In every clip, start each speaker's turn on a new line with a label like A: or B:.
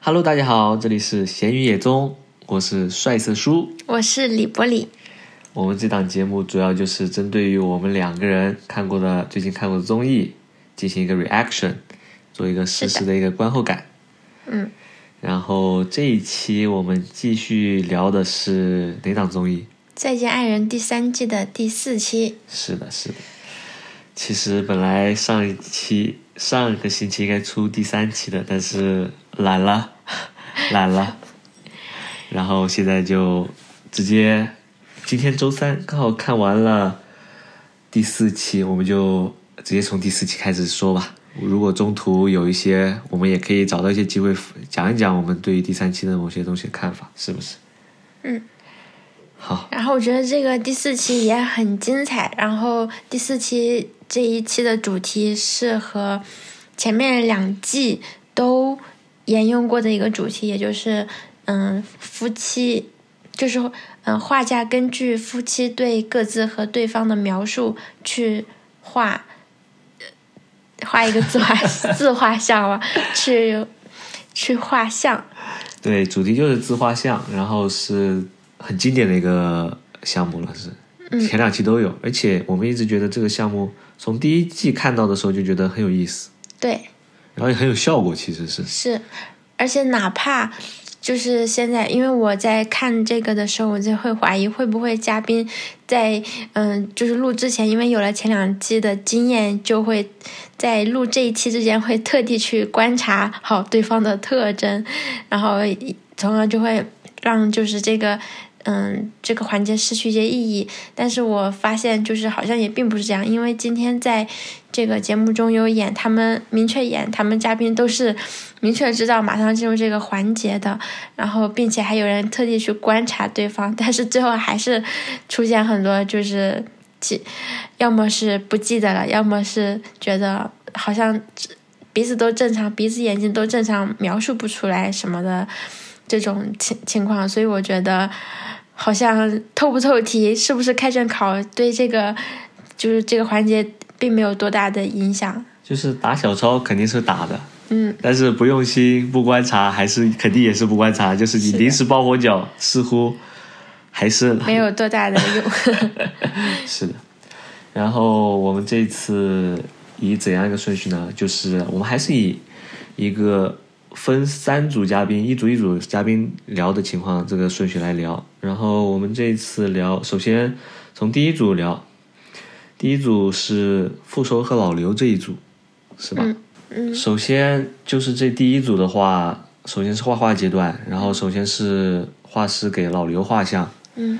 A: Hello，大家好，这里是闲鱼野中，我是帅色叔。
B: 我是李伯里，
A: 我们这档节目主要就是针对于我们两个人看过的最近看过的综艺进行一个 reaction，做一个实时的一个观后感。
B: 嗯，
A: 然后这一期我们继续聊的是哪档综艺？
B: 《再见爱人》第三季的第四期，
A: 是的，是的。其实本来上一期上个星期应该出第三期的，但是懒了， 懒了，然后现在就直接今天周三刚好看完了第四期，我们就直接从第四期开始说吧。如果中途有一些，我们也可以找到一些机会讲一讲我们对于第三期的某些东西的看法，是不是？
B: 嗯。
A: 好，
B: 然后我觉得这个第四期也很精彩。然后第四期这一期的主题是和前面两季都沿用过的一个主题，也就是嗯夫妻，就是嗯画家根据夫妻对各自和对方的描述去画呃画一个自画 自画像吧，去去画像。
A: 对，主题就是自画像，然后是很经典的一个项目了，是
B: 嗯
A: 前两期都有，而且我们一直觉得这个项目从第一季看到的时候就觉得很有意思，
B: 对，
A: 然后也很有效果，其实是
B: 是，而且哪怕就是现在，因为我在看这个的时候，我就会怀疑会不会嘉宾在嗯、就是录之前，因为有了前两季的经验，就会在录这一期之前会特地去观察好对方的特征，然后从而就会让就是这个。嗯，这个环节失去一些意义，但是我发现就是好像也并不是这样，因为今天在这个节目中有演，他们明确演，他们嘉宾都是明确知道马上进入这个环节的，然后并且还有人特地去观察对方， 但是最后还是出现很多就是记，要么是不记得了，要么是觉得好像彼此都正常，彼此眼睛都正常，描述不出来什么的这种情情况，所以我觉得好像透不透题，是不是开卷考对这个就是这个环节并没有多大的影响。
A: 就是打小抄肯定是打的，
B: 嗯，
A: 但是不用心不观察还是肯定也是不观察，就是你
B: 是的
A: 临时抱佛脚，似乎还是
B: 没有多大的用。
A: 是的，然后我们这次以怎样一个顺序呢？就是我们还是以一个分三组嘉宾，一组一组嘉宾聊的情况这个顺序来聊。然后我们这次聊，首先从第一组聊，第一组是傅首尔和老刘这一组，是吧？
B: 嗯嗯
A: 首先就是这第一组的话，首先是画画阶段，然后首先是画师给老刘画像，
B: 嗯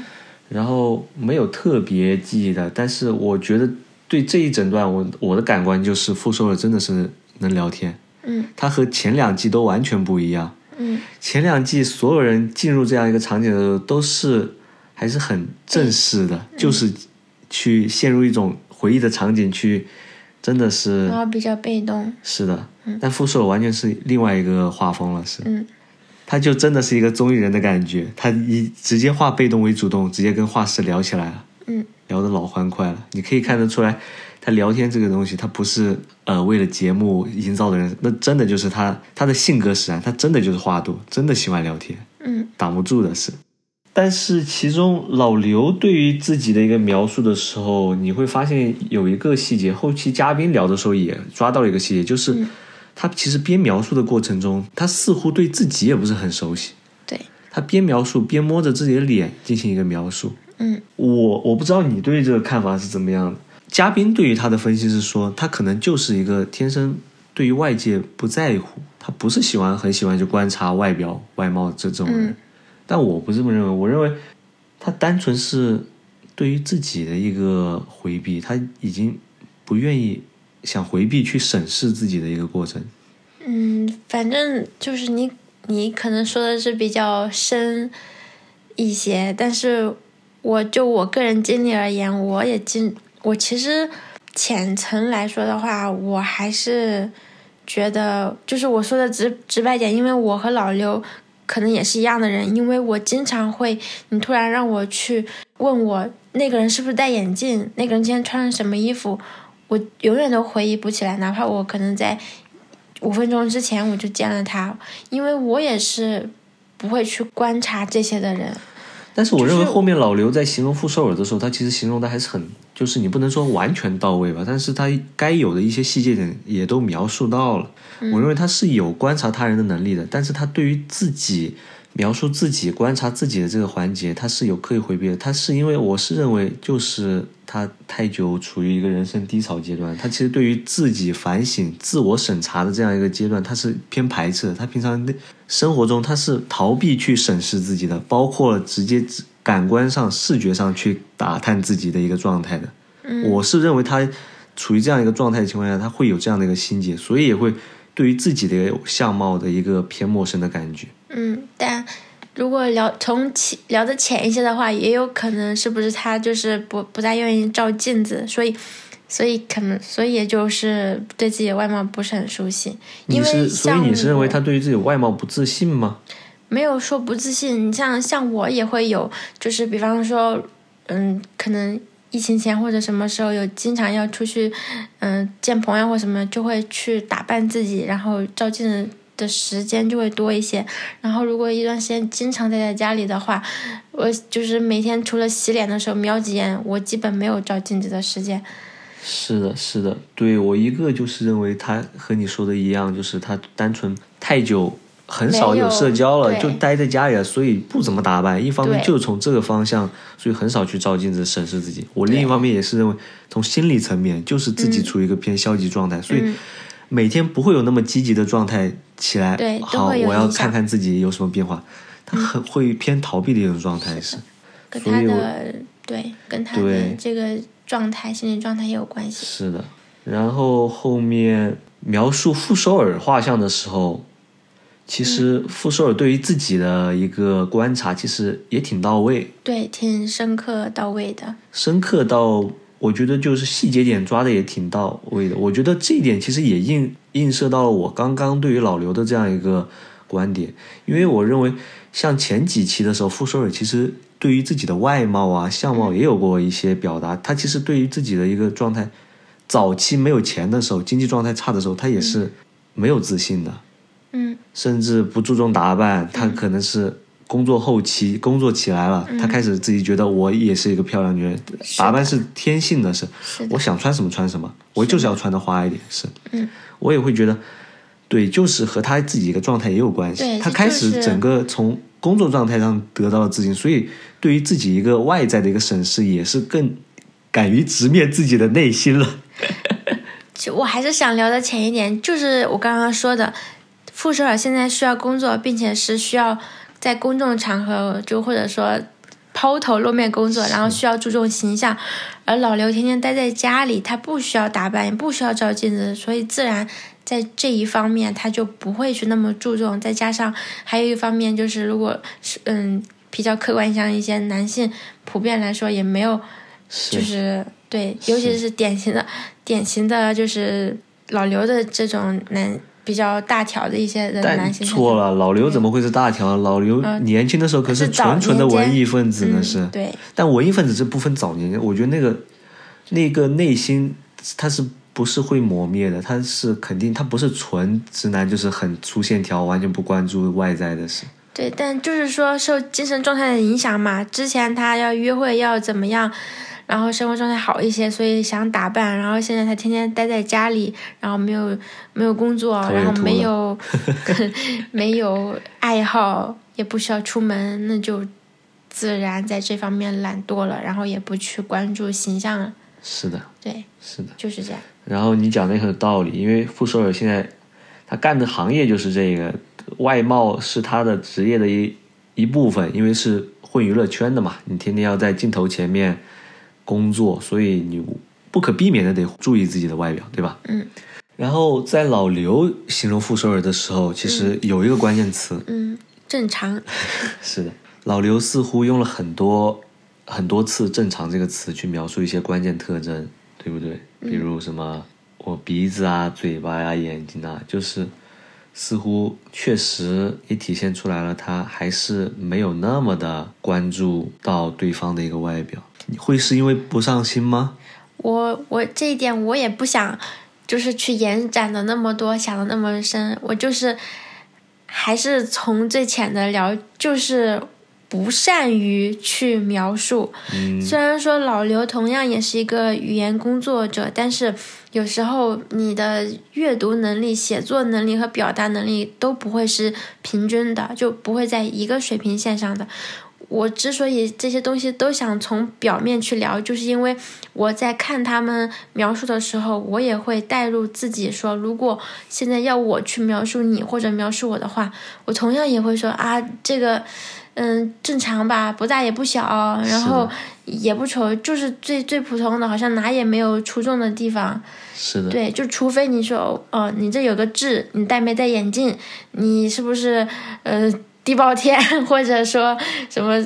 A: 然后没有特别记忆的，但是我觉得对这一整段我我的感官就是傅首尔真的是能聊天，
B: 嗯
A: 他和前两季都完全不一样。
B: 嗯，
A: 前两季所有人进入这样一个场景的时候都是还是很正式的，
B: 嗯
A: 就是去陷入一种回忆的场景去，真的是、
B: 然后比较被动。
A: 是的。但傅首尔完全是另外一个画风了，是。
B: 嗯
A: 他就真的是一个综艺人的感觉，他一直接化被动为主动，直接跟画师聊起来了，
B: 嗯
A: 聊得老欢快了。你可以看得出来，他聊天这个东西，他不是呃为了节目营造的人，那真的就是他他的性格使然，他真的就是话多，真的喜欢聊天，
B: 嗯
A: 挡不住的是。但是其中老刘对于自己的一个描述的时候，你会发现有一个细节，后期嘉宾聊的时候也抓到了一个细节，就是。
B: 嗯
A: 他其实边描述的过程中，他似乎对自己也不是很熟悉。
B: 对，
A: 他边描述边摸着自己的脸进行一个描述。
B: 嗯
A: 我我不知道你对这个看法是怎么样的。嘉宾对于他的分析是说，他可能就是一个天生对于外界不在乎，他不是喜欢很喜欢去观察外表外貌这种人。
B: 嗯
A: 但我不是这么认为，我认为他单纯是对于自己的一个回避，他已经不愿意想回避去审视自己的一个过程。
B: 嗯，反正就是你你可能说的是比较深一些，但是我就我个人经历而言，我也经我其实浅层来说的话，我还是觉得就是我说的直直白点，因为我和老刘可能也是一样的人，因为我经常会，你突然让我去问我那个人是不是戴眼镜，那个人今天穿了什么衣服，我永远都回忆不起来，哪怕我可能在五分钟之前我就见了他，因为我也是不会去观察这些的人。
A: 但是我认为
B: 就是
A: 后面老刘在形容傅首尔的时候，他其实形容的还是很，就是你不能说完全到位吧，但是他该有的一些细节点也都描述到了。我认为他是有观察他人的能力的，但是他对于自己描述自己、观察自己的这个环节，他是有刻意回避的。他是因为我是认为，就是他太久处于一个人生低潮阶段，他其实对于自己反省、自我审查的这样一个阶段，他是偏排斥的。他平常那生活中他是逃避去审视自己的，包括直接感官上、视觉上去打探自己的一个状态的。
B: 嗯
A: 我是认为他处于这样一个状态的情况下，他会有这样的一个心结，所以也会对于自己的相貌的一个偏陌生的感觉。
B: 嗯，但如果聊从浅聊的浅一些的话，也有可能是不是他就是不不太愿意照镜子，所以所以可能所以也就是对自己的外貌不是很熟悉。因
A: 你
B: 为
A: 是所以
B: 像
A: 你是认为
B: 我
A: 他对于自己外貌不自信吗？
B: 没有说不自信，你像像我也会有，就是比方说，嗯，可能疫情前或者什么时候有经常要出去，嗯，见朋友或什么，就会去打扮自己，然后照镜子的时间就会多一些。然后如果一段时间经常待在家里的话，我就是每天除了洗脸的时候瞄几眼，我基本没有照镜子的时间。
A: 是的，是的，对我一个就是认为他和你说的一样，就是他单纯太久很少
B: 没有
A: 有社交了，
B: 对
A: 就待在家里了，所以不怎么打扮。一方面
B: 对
A: 就是从这个方向，所以很少去照镜子审视自己。我另一方面也是认为，从心理层面就是自
B: 嗯
A: 己处于一个偏消极状态，所以每天不会有那么积极的状态起来。
B: 对都
A: 好，
B: 会有
A: 我要
B: 影响嗯
A: 看看自己有什么变化。他很会偏逃避的一种状态是，
B: 跟
A: 所
B: 他
A: 以我
B: 的对跟他的
A: 对
B: 这个状态、心理状态也有关系。
A: 是的，然后后面描述傅首尔画像的时候，其实傅首尔对于自己的一个观察，其实也挺到位，
B: 对，挺深刻到位的。
A: 深刻到我觉得就是细节点抓的也挺到位的。我觉得这一点其实也映映射到了我刚刚对于老刘的这样一个观点，因为我认为像前几期的时候，傅首尔其实对于自己的外貌啊、相貌也有过一些表达，他其实对于自己的一个状态，早期没有钱的时候，经济状态差的时候，他也是没有自信的。
B: 嗯
A: 甚至不注重打扮，她可能是工作后期、
B: 嗯
A: 工作起来了，她开始自己觉得我也是一个漂亮女人，打扮是天性的，是，
B: 是的
A: 我想穿什么穿什么，我就是要穿的花一点，是，
B: 嗯，
A: 我也会觉得，对，就是和她自己一个状态也有关系
B: 对，
A: 她
B: 这
A: 开
B: 就
A: 始
B: 是
A: 整个从工作状态上得到了自信，所以对于自己一个外在的一个审视，也是更敢于直面自己的内心了。
B: 就我还是想聊的浅一点，就是我刚刚说的，傅首尔现在需要工作，并且是需要在公众场合，就或者说抛头露面工作，然后需要注重形象。而老刘天天待在家里，他不需要打扮，也不需要照镜子，所以自然在这一方面他就不会去那么注重。再加上还有一方面就是，如果是嗯比较客观像一些男性，普遍来说也没有就是对，尤其是典型的典型的就是老刘的这种男比较大条的一些的男
A: 但
B: 性，
A: 错了，老刘怎么会是大条？老刘年轻的时候可
B: 嗯是
A: 是
B: 早
A: 纯纯的
B: 年间
A: 文艺分子呢，
B: 嗯
A: 是。
B: 对
A: 但文艺分子这部分早年，我觉得那个那个内心，他是不是会磨灭的？他是肯定，他不是纯直男，就是很粗线条，完全不关注外在的事。
B: 对，但就是说受精神状态的影响嘛，之前他要约会要怎么样。然后生活状态好一些，所以想打扮。然后现在他天天待在家里，然后没有没有工作，
A: 头也
B: 然后
A: 秃
B: 没
A: 了
B: 有 没有爱好，也不需要出门，那就自然在这方面懒惰了，然后也不去关注形象了。
A: 是的，
B: 对，
A: 是的。
B: 就是这样。
A: 然后你讲的也很有道理，因为傅首尔现在他干的行业就是这个，外貌是他的职业的一一部分，因为是混娱乐圈的嘛，你天天要在镜头前面工作，所以你不可避免的得注意自己的外表，对吧？
B: 嗯。
A: 然后在老刘形容傅首尔的时候，其实有一个关键词，
B: 嗯，正常。
A: 是的，老刘似乎用了很多很多次“正常”这个词去描述一些关键特征，对不对？
B: 嗯
A: 比如什么我鼻子啊、嘴巴呀、眼睛啊，就是似乎确实也体现出来了，他还是没有那么的关注到对方的一个外表。你会是因为不上心吗？
B: 我我这一点我也不想，就是去延展的那么多，想的那么深，我就是还是从最浅的聊，就是不善于去描述。
A: 嗯
B: 虽然说老刘同样也是一个语言工作者，但是有时候你的阅读能力、写作能力和表达能力都不会是平均的，就不会在一个水平线上的。我之所以这些东西都想从表面去聊，就是因为我在看他们描述的时候，我也会带入自己说，如果现在要我去描述你或者描述我的话，我同样也会说啊，这个，嗯，正常吧，不大也不小，然后也不丑，就是最最普通的，好像哪也没有出众的地方。
A: 是的，
B: 对，就除非你说，哦、呃你这有个痣，你戴没戴眼镜，你是不是呃地包天，或者说什么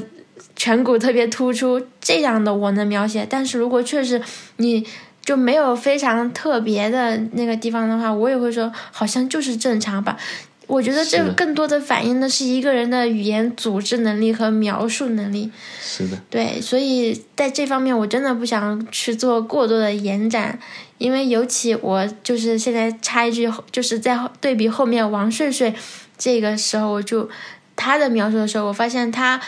B: 颧骨特别突出这样的，我能描写。但是如果确实你就没有非常特别的那个地方的话，我也会说好像就是正常吧。我觉得这
A: 是
B: 更多的反映的是一个人的语言组织能力和描述能力。
A: 是的，
B: 对，所以在这方面我真的不想去做过多的延展，因为尤其我就是现在插一句，就是在后对比后面王睡睡这个时候，我就他的描述的时候，我发现他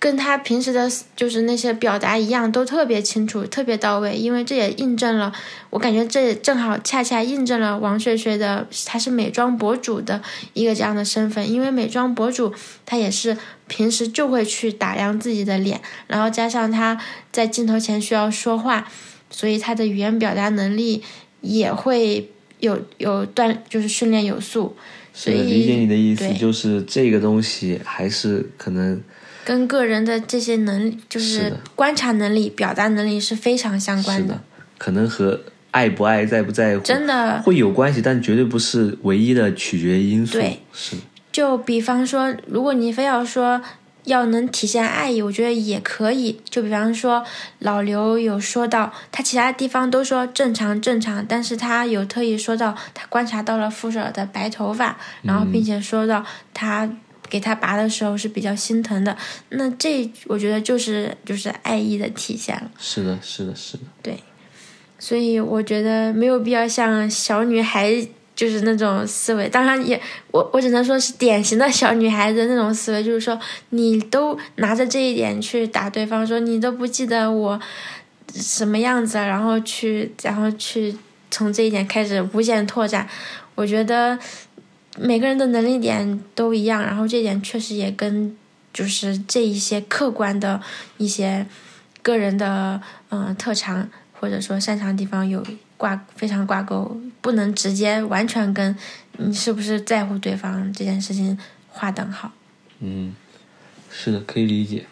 B: 跟他平时的就是那些表达一样，都特别清楚，特别到位，因为这也印证了，我感觉这也正好恰恰印证了王睡睡的他是美妆博主的一个这样的身份，因为美妆博主他也是平时就会去打量自己的脸，然后加上他在镜头前需要说话，所以他的语言表达能力也会有有锻，就是训练有素，
A: 是
B: 所
A: 的，
B: 以
A: 理解你的意思
B: 对
A: 就是这个东西还是可能
B: 跟个人的这些能力，就是是
A: 的
B: 观察能力、表达能力是非常相
A: 是
B: 关的
A: 的，，可能和爱不爱在不在乎
B: 真的。
A: 会有关系，但绝对不是唯一的取决因素。
B: 对
A: 是的
B: 就比方说，如果你非要说要能体现爱意，我觉得也可以。就比方说，老刘有说到，他其他地方都说正常正常，但是他有特意说到，他观察到了傅首尔的白头发，然后并且说到他。给他拔的时候是比较心疼的，那这我觉得就是就是爱意的体现了，
A: 是的，是的，是的，
B: 所以我觉得没有必要像小女孩就是那种思维，当然也我我只能说是典型的小女孩子那种思维，就是说你都拿着这一点去打对方，说你都不记得我什么样子，啊然后去然后去从这一点开始无限拓展。我觉得每个人的能力点都一样，然后这点确实也跟就是这一些客观的一些个人的嗯、呃特长或者说擅长地方有挂非常挂钩，不能直接完全跟你是不是在乎对方这件事情划等号。
A: 嗯，是的，可以理解。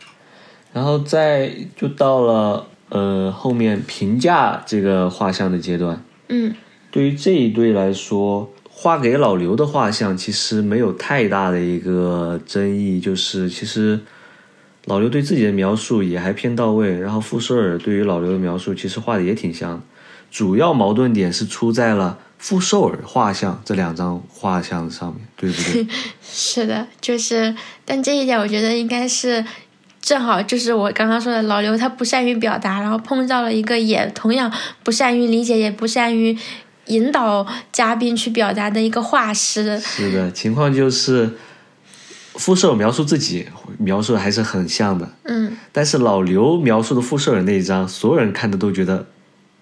A: 然后再就到了呃后面评价这个画像的阶段，
B: 嗯，
A: 对于这一对来说，画给老刘的画像其实没有太大的一个争议，就是其实老刘对自己的描述也还偏到位，然后傅首尔对于老刘的描述其实画的也挺像的，主要矛盾点是出在了傅首尔画像这两张画像上面，对不对？
B: 是的，就是，但这一点我觉得应该是正好就是我刚刚说的老刘他不善于表达，然后碰到了一个也同样不善于理解，也不善于引导嘉宾去表达的一个画师。
A: 是的，情况就是傅首尔描述自己描述的还是很像的，
B: 嗯，
A: 但是老刘描述的傅首尔那一张，所有人看的都觉得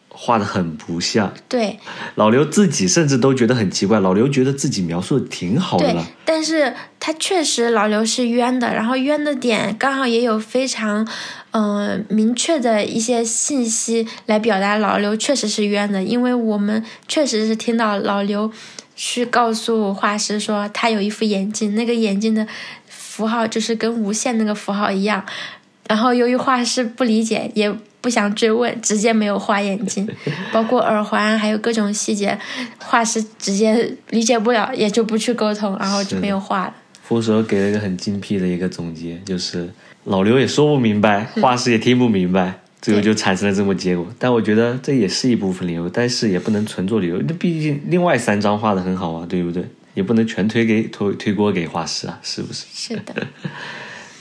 A: 画的很不像。
B: 对
A: 老刘自己甚至都觉得很奇怪，老刘觉得自己描述的挺好的
B: 对
A: 了，，
B: 但是他确实老刘是冤的，然后冤的点刚好也有非常嗯、呃明确的一些信息来表达老刘确实是冤的，因为我们确实是听到老刘去告诉画师说他有一副眼镜，那个眼镜的符号就是跟无限那个符号一样，然后由于画师不理解也。不想追问，直接没有画眼 镜，包括耳环，还有各种细节，画师直接理解不了，也就不去沟通，然后
A: 是
B: 就
A: 的
B: 没有画了。
A: 傅首尔给了一个很精辟的一个总结，就是老刘也说不明 白，画师也听不明白，最后就产生了这么结果。但我觉得这也是一部分理由，但是也不能纯做理由，那毕竟另外三张画的很好啊，对不对？也不能全推给推推锅给画师啊，是不是？
B: 是的，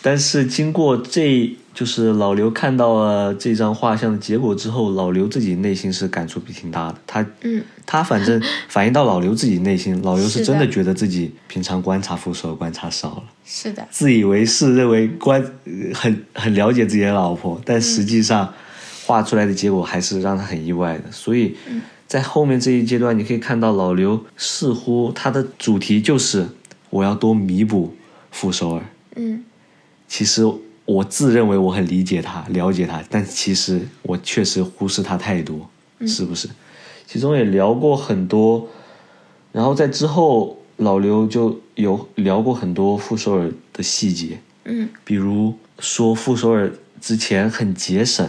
A: 但是经过这就是老刘看到了这张画像的结果之后，老刘自己内心是感触挺大的。他，
B: 嗯，
A: 他反正反映到老刘自己内心，老刘
B: 是
A: 是
B: 的
A: 真的觉得自己平常观察副手观察少了，
B: 是的，
A: 自以为是，认为观呃很很了解自己的老婆，但实际上画出来的结果还是让他很意外的。所以
B: 嗯
A: 在后面这一阶段，你可以看到老刘似乎他的主题就是我要多弥补傅首尔。
B: 嗯，
A: 其实我自认为我很理解他、了解他，但其实我确实忽视他太多，
B: 嗯
A: 是不是？其中也聊过很多，然后在之后老刘就有聊过很多傅首尔的细节，
B: 嗯，
A: 比如说傅首尔之前很节省，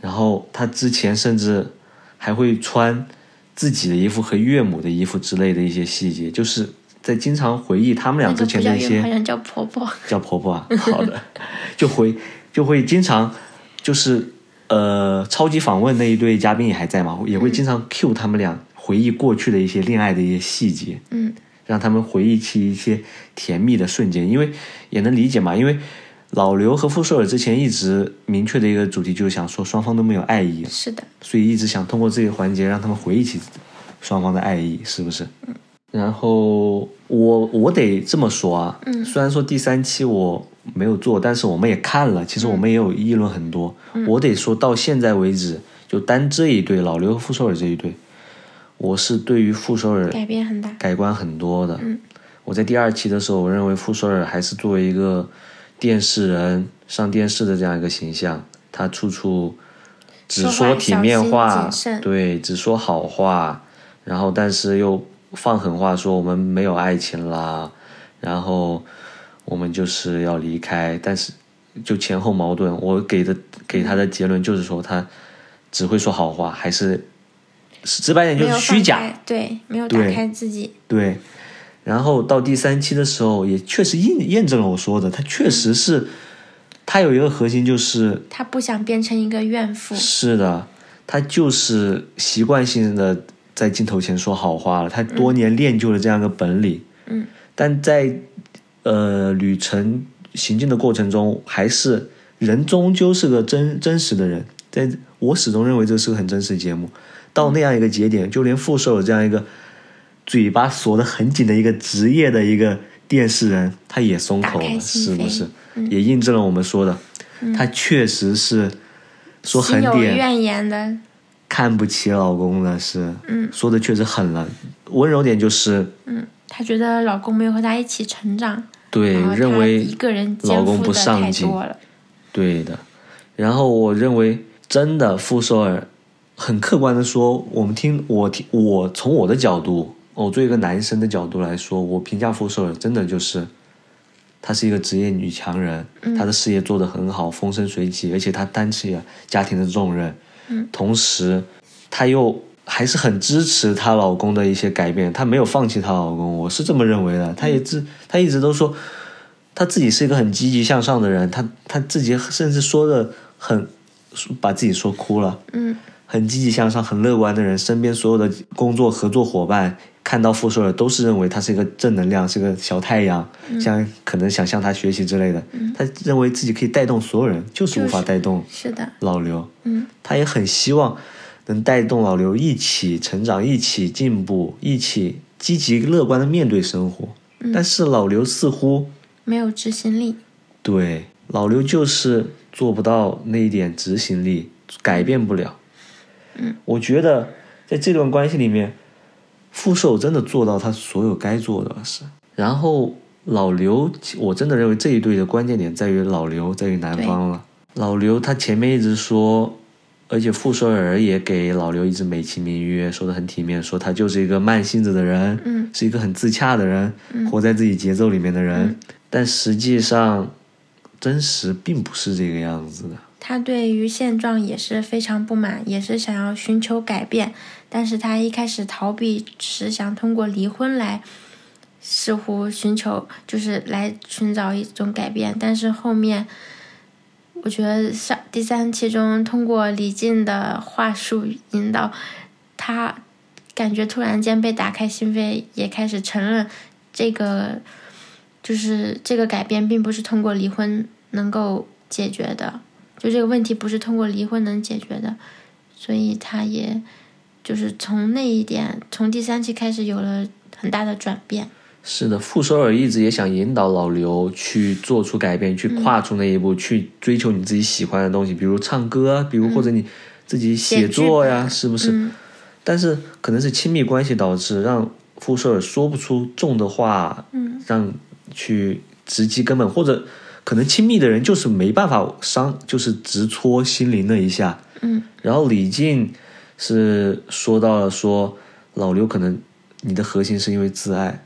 A: 然后他之前甚至还会穿自己的衣服和岳母的衣服之类的一些细节，就是在经常回忆他们
B: 那
A: 俩
B: 个
A: 之前
B: 不叫
A: 的一
B: 岳母，
A: 些
B: 好像叫婆婆。
A: 叫婆婆啊， 好的，就回就会经常就是呃，超级访问那一对嘉宾也还在嘛，也会经常 cue 他们俩回忆过去的一些恋爱的一些细节，
B: 嗯，
A: 让他们回忆起一些甜蜜的瞬间，因为也能理解嘛，因为老刘和傅首尔之前一直明确的一个主题就是想说双方都没有爱意，
B: 是的，
A: 所以一直想通过这个环节让他们回忆起双方的爱意，是不是？然后我我得这么说啊，
B: 嗯
A: 虽然说第三期我没有做，但是我们也看了，其实我们也有议论很多。我得说到现在为止，就单这一对老刘和傅首尔这一对，我是对于傅首尔
B: 改变很大。嗯
A: 改观很多的。我在第二期的时候，我认为傅首尔还是作为一个电视人上电视的这样一个形象，他处处只
B: 说
A: 说
B: 话
A: 体
B: 小
A: 面
B: 心
A: 话
B: 谨，慎
A: 对，只说好话，然后但是又放狠话说我们没有爱情啦，然后我们就是要离开，但是就前后矛盾。我给的给他的结论就是说他只会说好话，还是直白点就
B: 没有
A: 是虚假
B: 放。开，对，没有打
A: 对
B: 开自己，
A: 对，然后到第三期的时候，也确实验验证了我说的，他确实是，他有一个核心就是，
B: 他不想变成一个怨妇，
A: 是的，他就是习惯性的在镜头前说好话了，他多年练就了这样一个本领，
B: 嗯，
A: 但在呃旅程行进的过程中，还是人终究是个真真实的人，在我始终认为这是个很真实的节目。到那样一个节点，就连傅首尔这样一个嘴巴锁得很紧的一个职业的一个电视人，他也松口
B: 打开
A: 了，是
B: 心扉
A: 不是？嗯也印证了我们说的，他确实是说
B: 嗯心
A: 狠
B: 有
A: 点，
B: 怨言的，
A: 看不起老公了，是，
B: 嗯，
A: 说的确实狠了。温柔点就是
B: 嗯，她觉得老公没有和她一起成长，
A: 对
B: 然后她
A: 认为
B: 啊一个人
A: 老
B: 肩
A: 公
B: 负
A: 不
B: 的
A: 上
B: 太
A: 进
B: 多了，
A: 对的。然后我认为真的傅首尔，很客观的说，我们听我听我从我的角度，我作为一个男生的角度来说，我评价傅首尔真的就是，她是一个职业女强人，她的事业做得很好，风生水起，而且她担起了家庭的重任，
B: 嗯
A: 同时她又还是很支持她老公的一些改变，她没有放弃她老公，我是这么认为的。她也自她一直都说，她自己是一个很积极向上的人，她她自己甚至说的很把自己说哭了，
B: 嗯，
A: 很积极向上、很乐观的人，身边所有的工作合作伙伴看到傅首尔都是认为他是一个正能量，是个小太阳，像可能想向他学习之类的。他认为自己可以带动所有人，就是无法带动
B: 是的，
A: 老刘。
B: 嗯，
A: 他也很希望能带动老刘一起成长、一起进步、一起积极乐观的面对生活。但是老刘似乎
B: 没有执行力，
A: 对，老刘就是做不到那一点执行力，改变不了。嗯，我觉得在这段关系里面，傅首尔真的做到他所有该做的是。然后老刘，我真的认为这一对的关键点在于老刘，在于男方了。老刘他前面一直说，而且傅首尔也给老刘一直美其名曰说的很体面，说他就是一个慢性子的人，
B: 嗯，
A: 是一个很自洽的人，活在自己节奏里面的人。但实际上，真实并不是这个样子的。
B: 她对于现状也是非常不满，也是想要寻求改变，但是她一开始逃避是想通过离婚来，似乎寻求就是来寻找一种改变，但是后面，我觉得上第三期中通过李静的话术引导，她感觉突然间被打开心扉，也开始承认这个就是这个改变并不是通过离婚能够解决的，就这个问题不是通过离婚能解决的，所以他也就是从那一点，从第三期开始有了很大的转变。
A: 是的，傅首尔一直也想引导老刘去做出改变，
B: 嗯
A: 去跨出那一步，去追求你自己喜欢的东西，比如唱歌啊，比如或者你自己写作呀、
B: 嗯写剧本
A: 是不是？
B: 嗯
A: 但是可能是亲密关系导致让傅首尔说不出重的话，
B: 嗯，
A: 让去直击根本，或者可能亲密的人就是没办法伤，就是直戳心灵的一下。
B: 嗯，
A: 然后李静是说到了说老刘可能你的核心是因为自爱，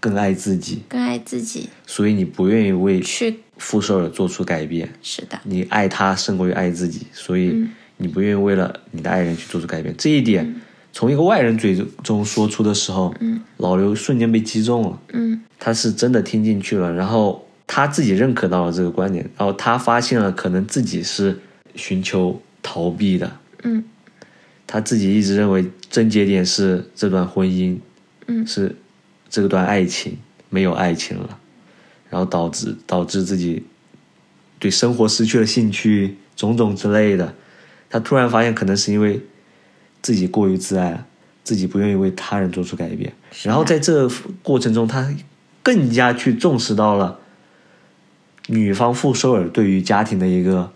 A: 更爱自己，
B: 更爱自己，
A: 所以你不愿意为
B: 去
A: 傅首尔做出改变，
B: 是的，
A: 你爱他胜过于爱自己，所以你不愿意为了你的爱人去做出改变。这一点、从一个外人嘴中说出的时候，老刘瞬间被击中了。
B: 嗯
A: 他是真的听进去了，然后他自己认可到了这个观点，然后他发现了可能自己是寻求逃避的，
B: 嗯
A: 他自己一直认为症结点是这段婚姻，
B: 嗯
A: 是这段爱情没有爱情了，然后导致导致自己对生活失去了兴趣，种种之类的。他突然发现，可能是因为自己过于自爱了，自己不愿意为他人做出改变。然后在这过程中，他更加去重视到了女方傅首尔对于家庭的一个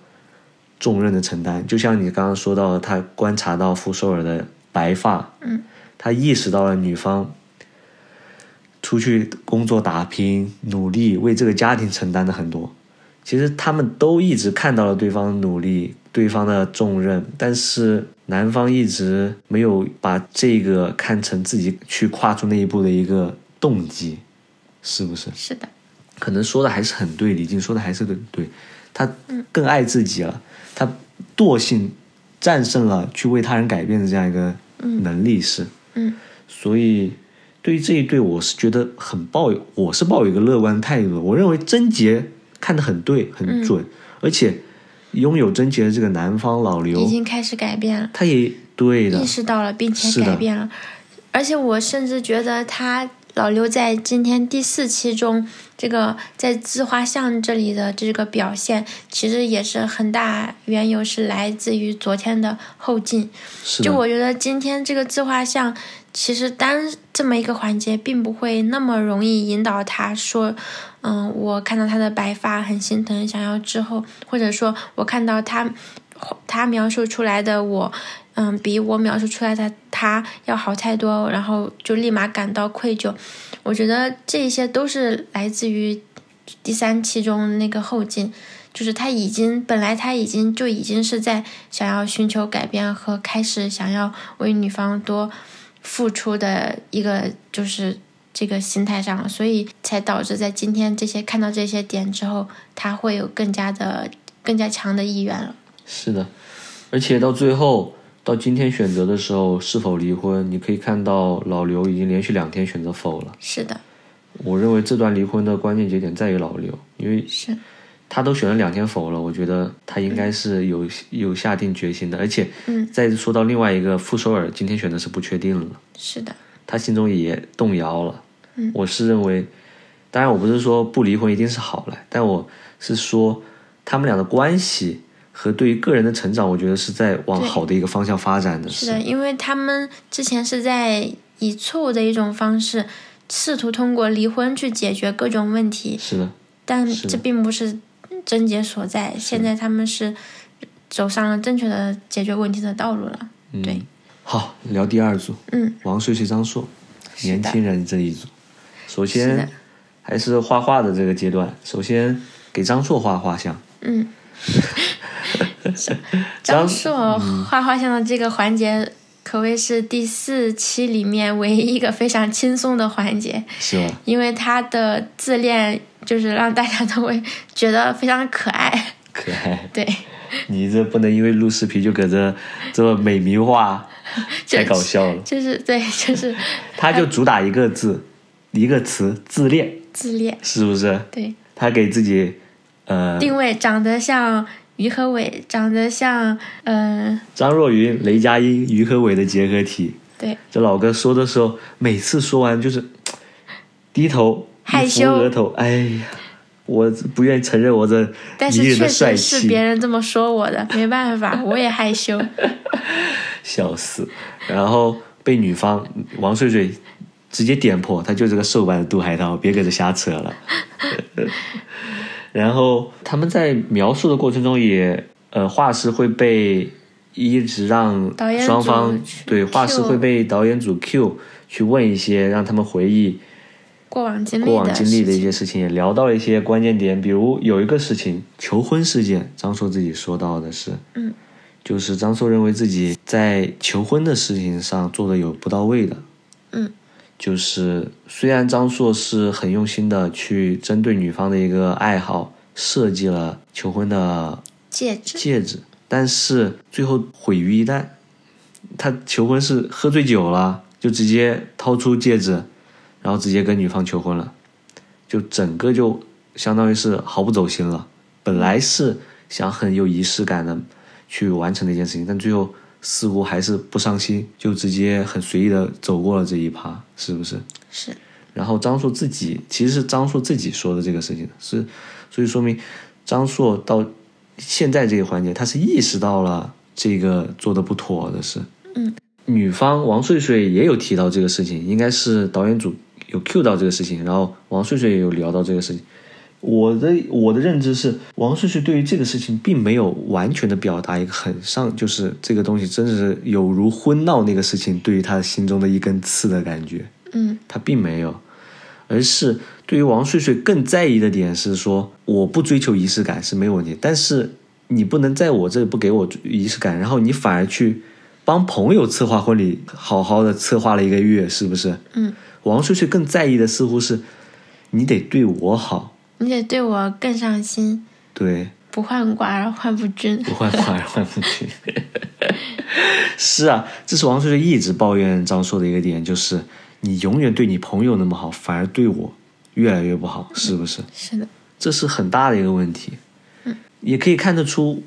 A: 重任的承担。就像你刚刚说到的，他观察到傅首尔的白发，
B: 嗯，
A: 他意识到了女方出去工作打拼，努力为这个家庭承担的很多。其实他们都一直看到了对方的努力，对方的重任，但是男方一直没有把这个看成自己去跨出那一步的一个动机，是不是？
B: 是的，
A: 可能说的还是很对，李静说的还是很对，他
B: 嗯
A: 更爱自己了，他惰性战胜了去为他人改变的这样一个能力是，
B: 嗯
A: 所以对于这一对，我是觉得很抱有，我是抱有一个乐观态度的。我认为贞洁看得很对，
B: 嗯
A: 很准，而且拥有贞洁的这个南方老
B: 已
A: 刘，
B: 经开始改变了。
A: 他也对的
B: 意，识到了，并
A: 是
B: 且
A: 的
B: 改变了。而且我甚至觉得他老刘在今天第四期中，这个在自画像这里的这个表现，其实也是很大缘由是来自于昨天的后劲。
A: 是
B: 就
A: 的，
B: 我觉得今天这个自画像，其实单这么一个环节，并不会那么容易引导他说，嗯，我看到他的白发很心疼，想要之后，或者说我看到他他描述出来的我，嗯，比我描述出来的他要好太多，然后就立马感到愧疚。我觉得这些都是来自于第三期中那个后劲，就是他已经本来他已经就已经是在想要寻求改变和开始想要为女方多付出的一个就是这个心态上了，所以才导致在今天这些看到这些点之后，他会有更加的更加强的意愿了。
A: 是的，而且到最后。到今天选择的时候是否离婚，你可以看到老刘已经连续两天选择否了。
B: 是的，
A: 我认为这段离婚的关键节点在于老刘，因为
B: 是
A: 他都选了两天否了，我觉得他应该是有、有下定决心的。而且，
B: 嗯
A: 再说到另外一个傅首尔，今天选的是不确定了，
B: 是的，
A: 他心中也动摇了。
B: 嗯
A: 我是认为，当然我不是说不离婚一定是好了，但我是说他们俩的关系和对于个人的成长，我觉得是在往
B: 对
A: 好的一个方向发展的。
B: 是的，因为他们之前是在以错误的一种方式，试图通过离婚去解决各种问题，
A: 是的，
B: 但
A: 是的
B: 这并不是症结所在。现在他们是走上了正确的解决问题的道路了。对，
A: 嗯好，聊第二组，
B: 嗯，
A: 王睡睡张硕，年轻人这一组。首
B: 是的
A: 先还是画画的这个阶段，首先给张硕画画像。
B: 嗯。张硕
A: 嗯
B: 画画像的这个环节可谓是第四期里面唯一一个非常轻松的环节，
A: 是吧？
B: 因为他的自恋就是让大家都会觉得非常可爱。
A: 可爱，
B: 对，
A: 你这不能因为录视频就搁这这美名 画，太搞笑了。
B: 就是对，就是
A: 他就主打一个字，一个词，自恋，
B: 自恋。
A: 是不是？
B: 对，
A: 他给自己，呃，
B: 定位长得像于和伟，长得像嗯、
A: 张若昀、雷佳音、于和伟的结合体。
B: 对，
A: 这老哥说的时候，每次说完就是低头
B: 害
A: 一扶
B: 羞
A: 额头，哎呀，我不愿意承认我这
B: 但
A: 迷
B: 是
A: 人
B: 确
A: 的帅
B: 实是别
A: 气，
B: 人这么说我的，没办法，我也害羞。
A: 笑死。然后被女方王睡睡直接点破，他就是个瘦版的杜海涛，别跟着瞎扯了。 然后他们在描述的过程中也，呃，画师会被一直让
B: 导演组
A: 双方
B: 去
A: 对画师
B: cue
A: 会被导演组 Q 去问一些让他们回忆
B: 过往经历
A: 过往
B: 的
A: 经历的一些事情，也聊到了一些关键点，比如有一个事情，求婚事件，张硕自己说到的是，
B: 嗯，
A: 就是张硕认为自己在求婚的事情上做的有不到位的，
B: 嗯，
A: 就是虽然张硕是很用心的去针对女方的一个爱好设计了求婚的
B: 戒指，
A: 戒指，但是最后毁于一旦。他求婚是喝醉酒了，就直接掏出戒指，然后直接跟女方求婚了，就整个就相当于是毫不走心了。本来是想很有仪式感的去完成的一件事情，但最后似乎还是不上心，就直接很随意的走过了这一趴，是不是？
B: 是
A: 然后张硕自己其实是张硕自己说的这个事情，是所以说明张硕到现在这个环节，他是意识到了这个做的不妥的事。
B: 嗯，
A: 女方王睡睡也有提到这个事情，应该是导演组有 cue 到这个事情，然后王睡睡也有聊到这个事情。我的我的认知是，王睡睡对于这个事情并没有完全的表达一个很上，就是这个东西真的是有如婚闹那个事情对于他心中的一根刺的感觉。
B: 嗯
A: 他并没有，而是对于王睡睡更在意的点是说，我不追求仪式感是没有问题，但是你不能在我这里不给我仪式感，然后你反而去帮朋友策划婚礼，好好的策划了一个月，是不是？
B: 嗯，
A: 王睡睡更在意的似乎是你得对我好，
B: 你得对我更上心，
A: 对，
B: 不患寡而患不均。
A: 不换反而换不去。是啊，这是王睡睡一直抱怨张硕的一个点，就是你永远对你朋友那么好，反而对我越来越不好，是不是？
B: 是的，
A: 这是很大的一个问题。也可以看得出，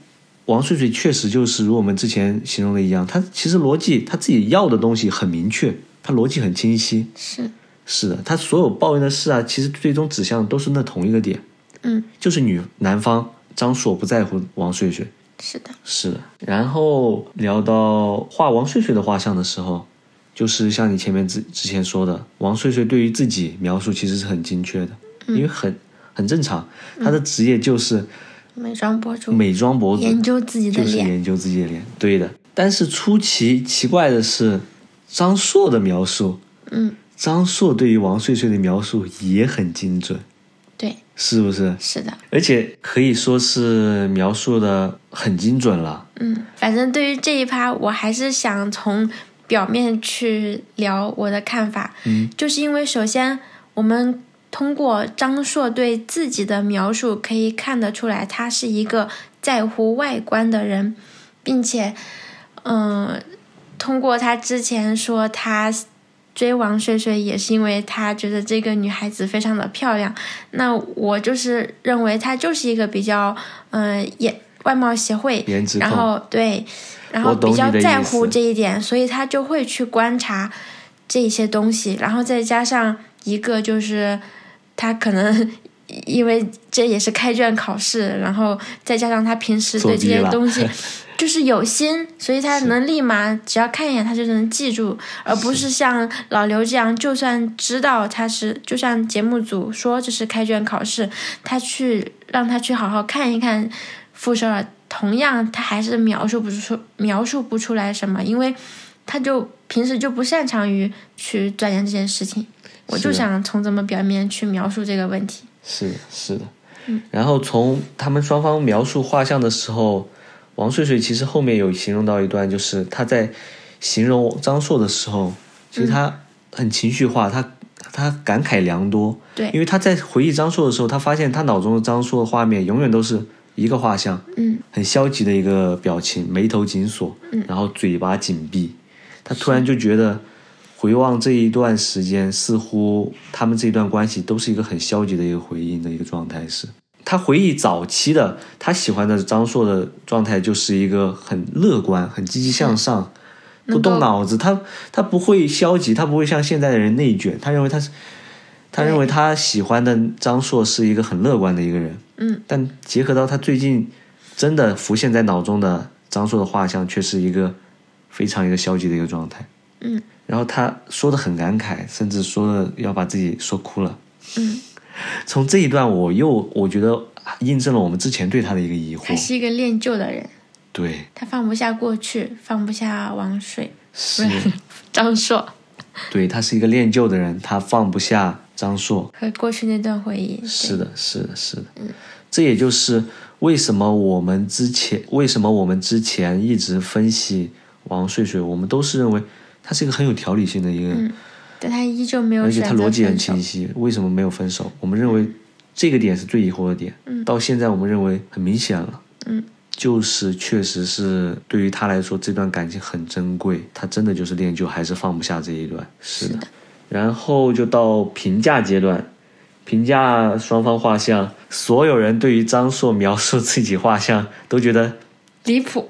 A: 王睡睡确实就是如我们之前形容的一样，他其实逻辑他自己要的东西很明确，他逻辑很清晰。
B: 是
A: 是的，他所有抱怨的事啊，其实最终指向都是那同一个点，
B: 嗯
A: 就是女男方张硕不在乎王睡睡，
B: 是的，
A: 是的，然后聊到画王睡睡的画像的时候，就是像你前面之之前说的，王睡睡对于自己描述其实是很精确的，
B: 嗯
A: 因为很很正常，他的职业就是
B: 美妆博主
A: 美妆博主，
B: 研究自己的
A: 就是
B: 脸，
A: 研究自己的脸，对的。但是出奇奇怪的是，张硕的描述，
B: 嗯
A: 张硕对于王睡睡的描述也很精准，
B: 对，
A: 是不是？
B: 是的，
A: 而且可以说是描述的很精准了。
B: 嗯，反正对于这一趴，我还是想从表面去聊我的看法。嗯，就是因为首先我们通过张硕对自己的描述，可以看得出来，他是一个在乎外观的人，并且，嗯、通过他之前说他。追王睡睡也是因为他觉得这个女孩子非常的漂亮，那我就是认为她就是一个比较，嗯、也外貌协会，
A: 颜值控
B: 然后对，然
A: 我
B: 后
A: 懂
B: 比较
A: 你的
B: 在
A: 意
B: 乎
A: 思
B: 这一点，所以他就会去观察这些东西，然后再加上一个就是他可能 因为这也是开卷考试，然后再加上他平时
A: 作
B: 对这
A: 弊
B: 些
A: 了
B: 东 西就是有心，所以他
A: 是
B: 能立马只要看一眼他就能记住，而不是像老刘这样，就算知道他是，就像节目组说这是开卷考试，他去让他去好好看一看复射了，同样他还是描述不出描述不出来什么，因为他就平时就不擅长于去钻研这件事情。我就想从这么表面去描述这个问题。
A: 是的，是的。
B: 嗯
A: 然后从他们双方描述画像的时候，王睡睡其实后面有形容到一段，就是他在形容张硕的时候，其实他很情绪化，他他感慨良多。
B: 对
A: 因为他在回忆张硕的时候，他发现他脑中的张硕的画面永远都是一个画像，
B: 嗯，
A: 很消极的一个表情，眉头紧锁，然后嘴巴紧闭。他突然就觉得，回望这一段时间，似乎他们这一段关系都是一个很消极的一个回应的一个状态是。他回忆早期的他喜欢的张硕的状态，就是一个很乐观、很积极向上，不
B: 能够
A: 动脑子。他他不会消极，他不会像现在的人内卷。他认为他是他认为他喜欢的张硕是一个很乐观的一个人，
B: 嗯，
A: 但结合到他最近真的浮现在脑中的张硕的画像，却是一个非常一个消极的一个状态，
B: 嗯，
A: 然后他说的很感慨，甚至说的要把自己说哭了，
B: 嗯，
A: 从这一段我又我觉得印证了我们之前对他的一个疑
B: 他
A: 惑，
B: 是一个恋旧的人，
A: 对，
B: 他放不下过去，放不下王水、
A: 是，
B: 张硕
A: 对他是一个恋旧的人，他放不下张硕，
B: 和过去那段回忆。
A: 是的，是的，是的。这也就是为什么我们之前为什么我们之前一直分析王睡睡，我们都是认为他是一个很有条理性的一个人，
B: 但他依旧没有
A: 而且
B: 选
A: 他
B: 择
A: 逻辑很
B: 分手
A: 清。晰。为什么没有分手？我们认为这个点是最疑惑的点。到现在我们认为很明显了。
B: 嗯。
A: 就是确实是对于他来说，这段感情很珍贵，他真的就是恋旧，还是放不下这一段。是的。然后就到评价阶段，评价双方画像，所有人对于张硕描述自己画像都觉得
B: 离谱，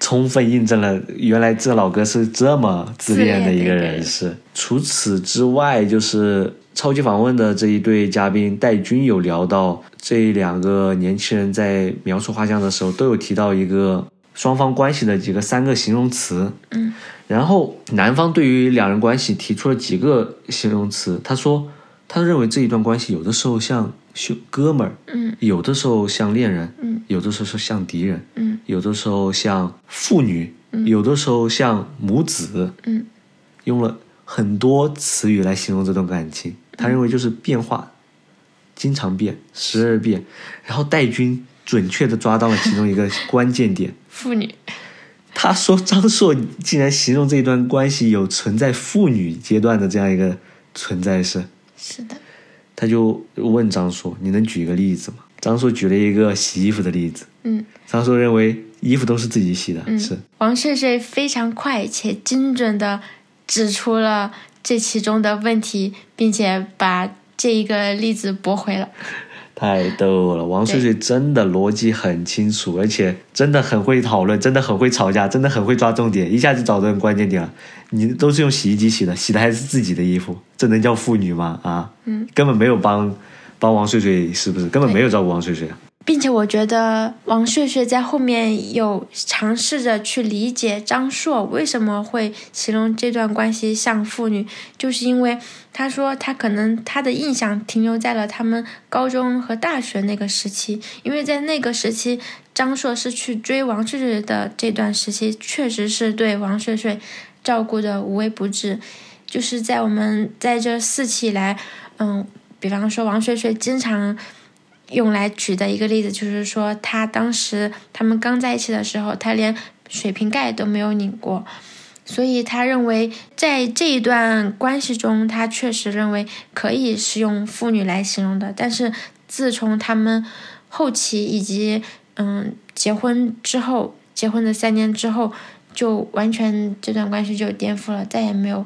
A: 充分印证了原来这老哥是这么自恋的一个
B: 自恋的一个
A: 人
B: 人
A: 是。除此之外，就是超级访问的这一对嘉宾戴军有聊到，这两个年轻人在描述画像的时候，都有提到一个双方关系的几个三个形容词。
B: 嗯，
A: 然后男方对于两人关系提出了几个形容词，他说他认为这一段关系有的时候像兄哥们儿，
B: 嗯
A: 有的时候像恋人，
B: 嗯，
A: 有的时候像敌人，
B: 嗯
A: 有的时候像父女，有的时候像母子，
B: 嗯
A: 用了很多词语来形容这段感情。他认为就是变化，经常变，时而变。然后戴军准确的抓到了其中一个关键点，
B: 妇女，
A: 他说张硕竟然形容这段关系有存在父女阶段的这样一个存在是。
B: 是的，
A: 他就问张硕：“你能举一个例子吗？”张硕举了一个洗衣服的例子。
B: 嗯
A: 张硕认为衣服都是自己洗的，
B: 嗯。
A: 是
B: 王睡睡非常快且精准的指出了这其中的问题，并且把这一个例子驳回了。
A: 太逗了。王睡睡真的逻辑很清楚，而且真的很会讨论，真的很会吵架，真的很会抓重点，一下就找到关键点了。你都是用洗衣机洗的，洗的还是自己的衣服，这能叫妇女吗？啊，
B: 嗯，
A: 根本没有帮帮王睡睡，是不是？根本没有照顾王睡睡。啊
B: 并且我觉得王睡睡在后面有尝试着去理解张硕为什么会形容这段关系像父女，就是因为他说他可能他的印象停留在了他们高中和大学那个时期，因为在那个时期张硕是去追王睡睡的这段时期，确实是对王睡睡照顾的无微不至，就是在我们在这四期以来，嗯，比方说王睡睡经常。用来举的一个例子，就是说他当时他们刚在一起的时候，他连水瓶盖都没有拧过，所以他认为在这一段关系中，他确实认为可以是用父女来形容的。但是自从他们后期以及嗯结婚之后，结婚的三年之后，就完全这段关系就颠覆了，再也没有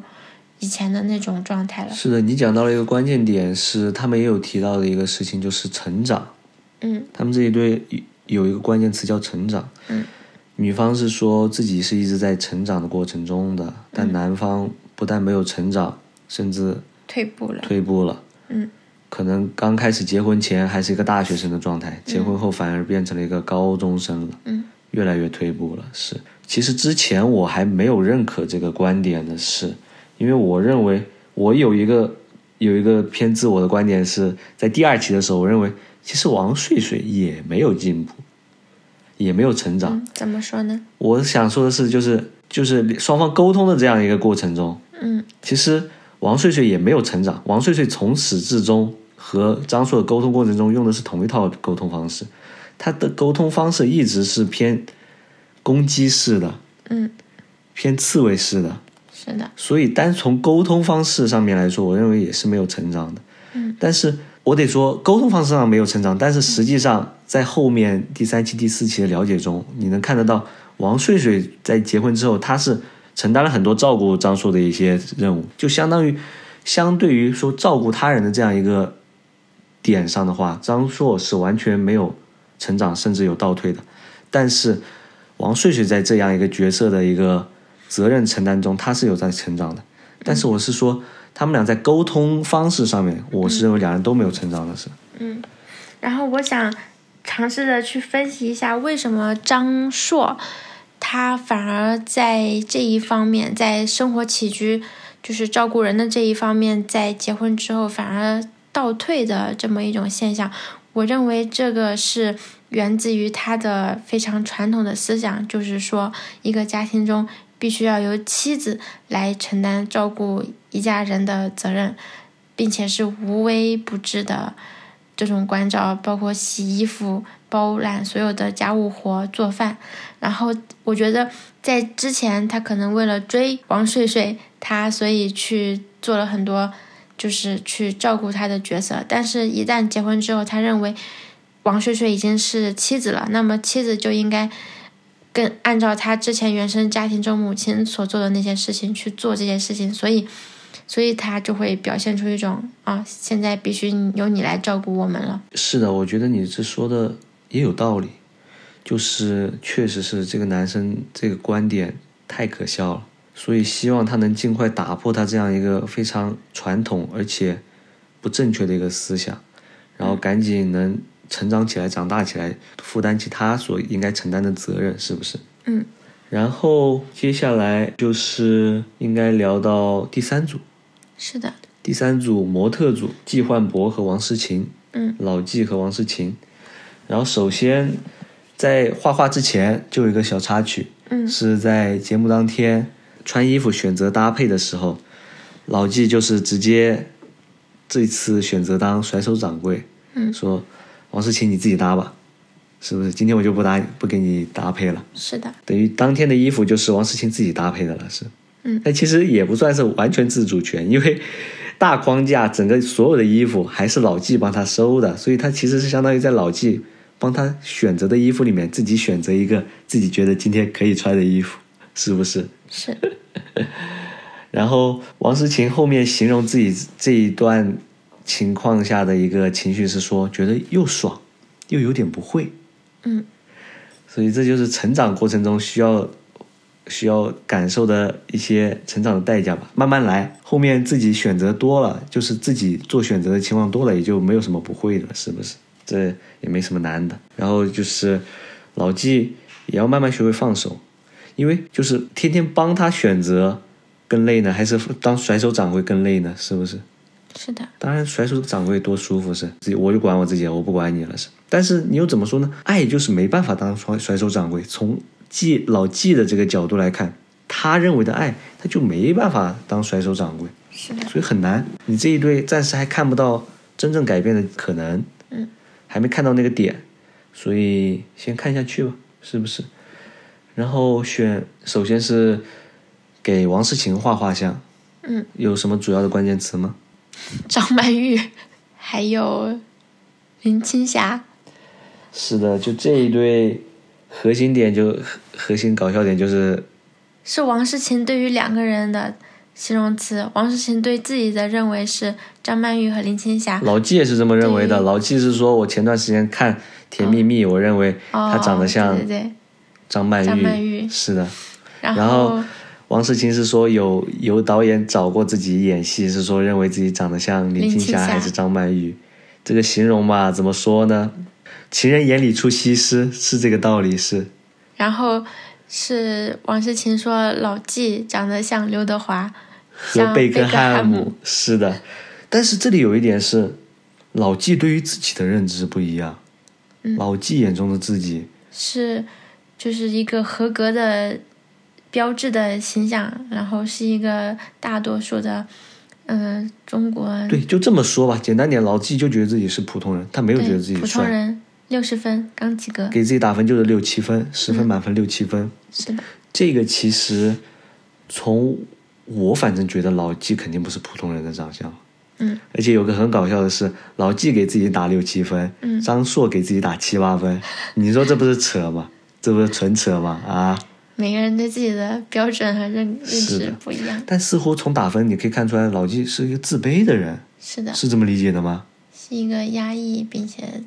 B: 以前的那种状态了。
A: 是的，你讲到了一个关键点，是他们也有提到的一个事情，就是成长。
B: 嗯
A: 他们这一对有一个关键词叫成长。
B: 嗯，
A: 女方是说自己是一直在成长的过程中的，
B: 嗯
A: 但男方不但没有成长，甚至
B: 退步了。
A: 退步了。
B: 嗯，
A: 可能刚开始结婚前还是一个大学生的状态，结婚后反而变成了一个高中生了。
B: 嗯，
A: 越来越退步了。是，其实之前我还没有认可这个观点的是，因为我认为我有一个有一个偏自我的观点是在第二期的时候，我认为其实王睡睡也没有进步，也没有成长。
B: 嗯，怎么说呢？
A: 我想说的是，就是就是双方沟通的这样一个过程中，
B: 嗯
A: 其实王睡睡也没有成长，王睡睡从始至终和张硕的沟通过程中用的是同一套沟通方式，他的沟通方式一直是偏攻击式的，
B: 嗯，
A: 偏刺猬式的，
B: 是的。
A: 所以单从沟通方式上面来说，我认为也是没有成长的。
B: 嗯，
A: 但是我得说，沟通方式上没有成长，但是实际上在后面第三期、第四期的了解中，你能看得到王睡睡在结婚之后，她是承担了很多照顾张硕的一些任务，就相当于相对于说照顾他人的这样一个点上的话，张硕是完全没有成长，甚至有倒退的。但是王睡睡在这样一个角色的一个责任承担中，他是有在成长的。但是我是说，他们俩在沟通方式上面，我是认为两人都没有成长的是。
B: 嗯，然后我想尝试着去分析一下，为什么张硕他反而在这一方面，在生活起居，就是照顾人的这一方面，在结婚之后反而倒退的这么一种现象。我认为这个是源自于他的非常传统的思想，就是说一个家庭中必须要由妻子来承担照顾一家人的责任，并且是无微不至的这种关照，包括洗衣服、包揽所有的家务活、做饭。然后我觉得在之前，他可能为了追王睡睡，他所以去做了很多。就是去照顾他的角色，但是，一旦结婚之后，他认为王睡睡已经是妻子了，那么妻子就应该跟按照他之前原生家庭中母亲所做的那些事情去做这些事情，所以，所以他就会表现出一种啊，现在必须由你来照顾我们了。
A: 是的，我觉得你这说的也有道理，就是确实是这个男生这个观点太可笑了。所以希望他能尽快打破他这样一个非常传统而且不正确的一个思想，然后赶紧能成长起来、长大起来，负担起他所应该承担的责任，是不是？
B: 嗯。
A: 然后接下来就是应该聊到第三组，
B: 是的，
A: 第三组模特组季焕博和王诗琴，
B: 嗯，
A: 老季和王诗琴。然后首先在画画之前就有一个小插曲，
B: 嗯
A: 是在节目当天。穿衣服选择搭配的时候，老纪就是直接这次选择当甩手掌柜，
B: 嗯
A: 说王诗琴你自己搭吧，是不是？今天我就不搭不给你搭配了，
B: 是的，
A: 等于当天的衣服就是王诗琴自己搭配的了，是。
B: 嗯
A: 但其实也不算是完全自主权，因为大框架整个所有的衣服还是老纪帮他收的，所以他其实是相当于在老纪帮他选择的衣服里面自己选择一个自己觉得今天可以穿的衣服，是不是？
B: 是，
A: 然后王诗琴后面形容自己这一段情况下的一个情绪是说，觉得又爽，又有点不会，
B: 嗯
A: 所以这就是成长过程中需要需要感受的一些成长的代价吧。慢慢来，后面自己选择多了，就是自己做选择的情况多了，也就没有什么不会的了，是不是？这也没什么难的。然后就是老纪也要慢慢学会放手，因为就是天天帮他选择更累呢，还是当甩手掌柜更累呢？是不是？
B: 是的，
A: 当然，甩手掌柜多舒服是，自己我就管我自己，我不管你了是。但是你又怎么说呢？爱就是没办法当甩甩手掌柜。从季老季的这个角度来看，他认为的爱，他就没办法当甩手掌柜，
B: 是的，
A: 所以很难。你这一对暂时还看不到真正改变的可能，
B: 嗯，
A: 还没看到那个点，所以先看下去吧，是不是？然后选，首先是给王诗琴画画像，
B: 嗯，
A: 有什么主要的关键词吗？
B: 张曼玉，还有林青霞，
A: 是的，就这一对核心点就核核心搞笑点就是
B: 是王诗琴对于两个人的形容词。王诗琴对自己的认为是张曼玉和林青霞。
A: 老纪也是这么认为的。
B: 啊对
A: 老纪是说我前段时间看《甜蜜蜜》，我认为
B: 哦，
A: 她长得像
B: 对对对。
A: 张曼玉。
B: 张曼玉
A: 是的，
B: 然
A: 然后王诗琴是说有有导演找过自己演戏，是说认为自己长得像林
B: 林
A: 青
B: 青
A: 霞还
B: 霞
A: 是张曼玉。这个形容嘛，怎么说呢？情人眼里出西施是这个道理，是
B: 然后是王诗琴说老纪长得像刘德华，
A: 和
B: 像
A: 贝克
B: 克
A: 汉
B: 姆。
A: 姆是的，但是这里有一点是，老纪对于自己的认知不一样。
B: 嗯
A: 老纪眼中的自己，
B: 是就是一个合格的标志的形象，然后是一个大多数的嗯、呃中国
A: 对，就这么说吧，简单点，老纪就觉得自己是普通人，他没有
B: 对
A: 觉得自己
B: 嗯普通
A: 帅，
B: 人六十分刚及格，
A: 给自己打分就是六七分，十分满分六七分。
B: 嗯是的，
A: 这个其实从我反正觉得老纪肯定不是普通人的长相，
B: 嗯，
A: 而且有个很搞笑的是，老纪给自己打六七分，
B: 嗯
A: 张硕给自己打七八分，你说这不是扯吗？这不是纯扯吗？啊！
B: 每个人对自己的标准和认认
A: 是的
B: 知不一样，
A: 但似乎从打分你可以看出来，老纪是一个自卑的人，
B: 是的，
A: 是这么理解的吗？
B: 是一个压抑并且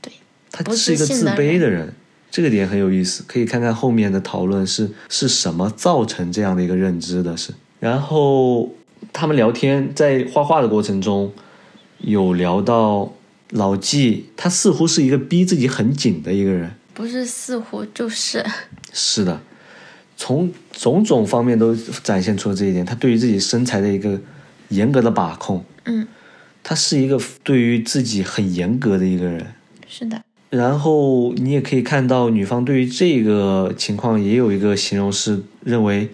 B: 对
A: 他
B: 不
A: 是一个
B: 自信
A: 自
B: 的
A: 卑的人，这个点很有意思，可以看看后面的讨论是是什么造成这样的一个认知的是。然后他们聊天在画画的过程中，有聊到老纪，他似乎是一个逼自己很紧的一个人。
B: 不是似乎就是，
A: 是的，从种种方面都展现出了这一点。他对于自己身材的一个严格的把控，
B: 嗯，
A: 他是一个对于自己很严格的一个人。
B: 是的，
A: 然后你也可以看到，女方对于这个情况也有一个形容是认为，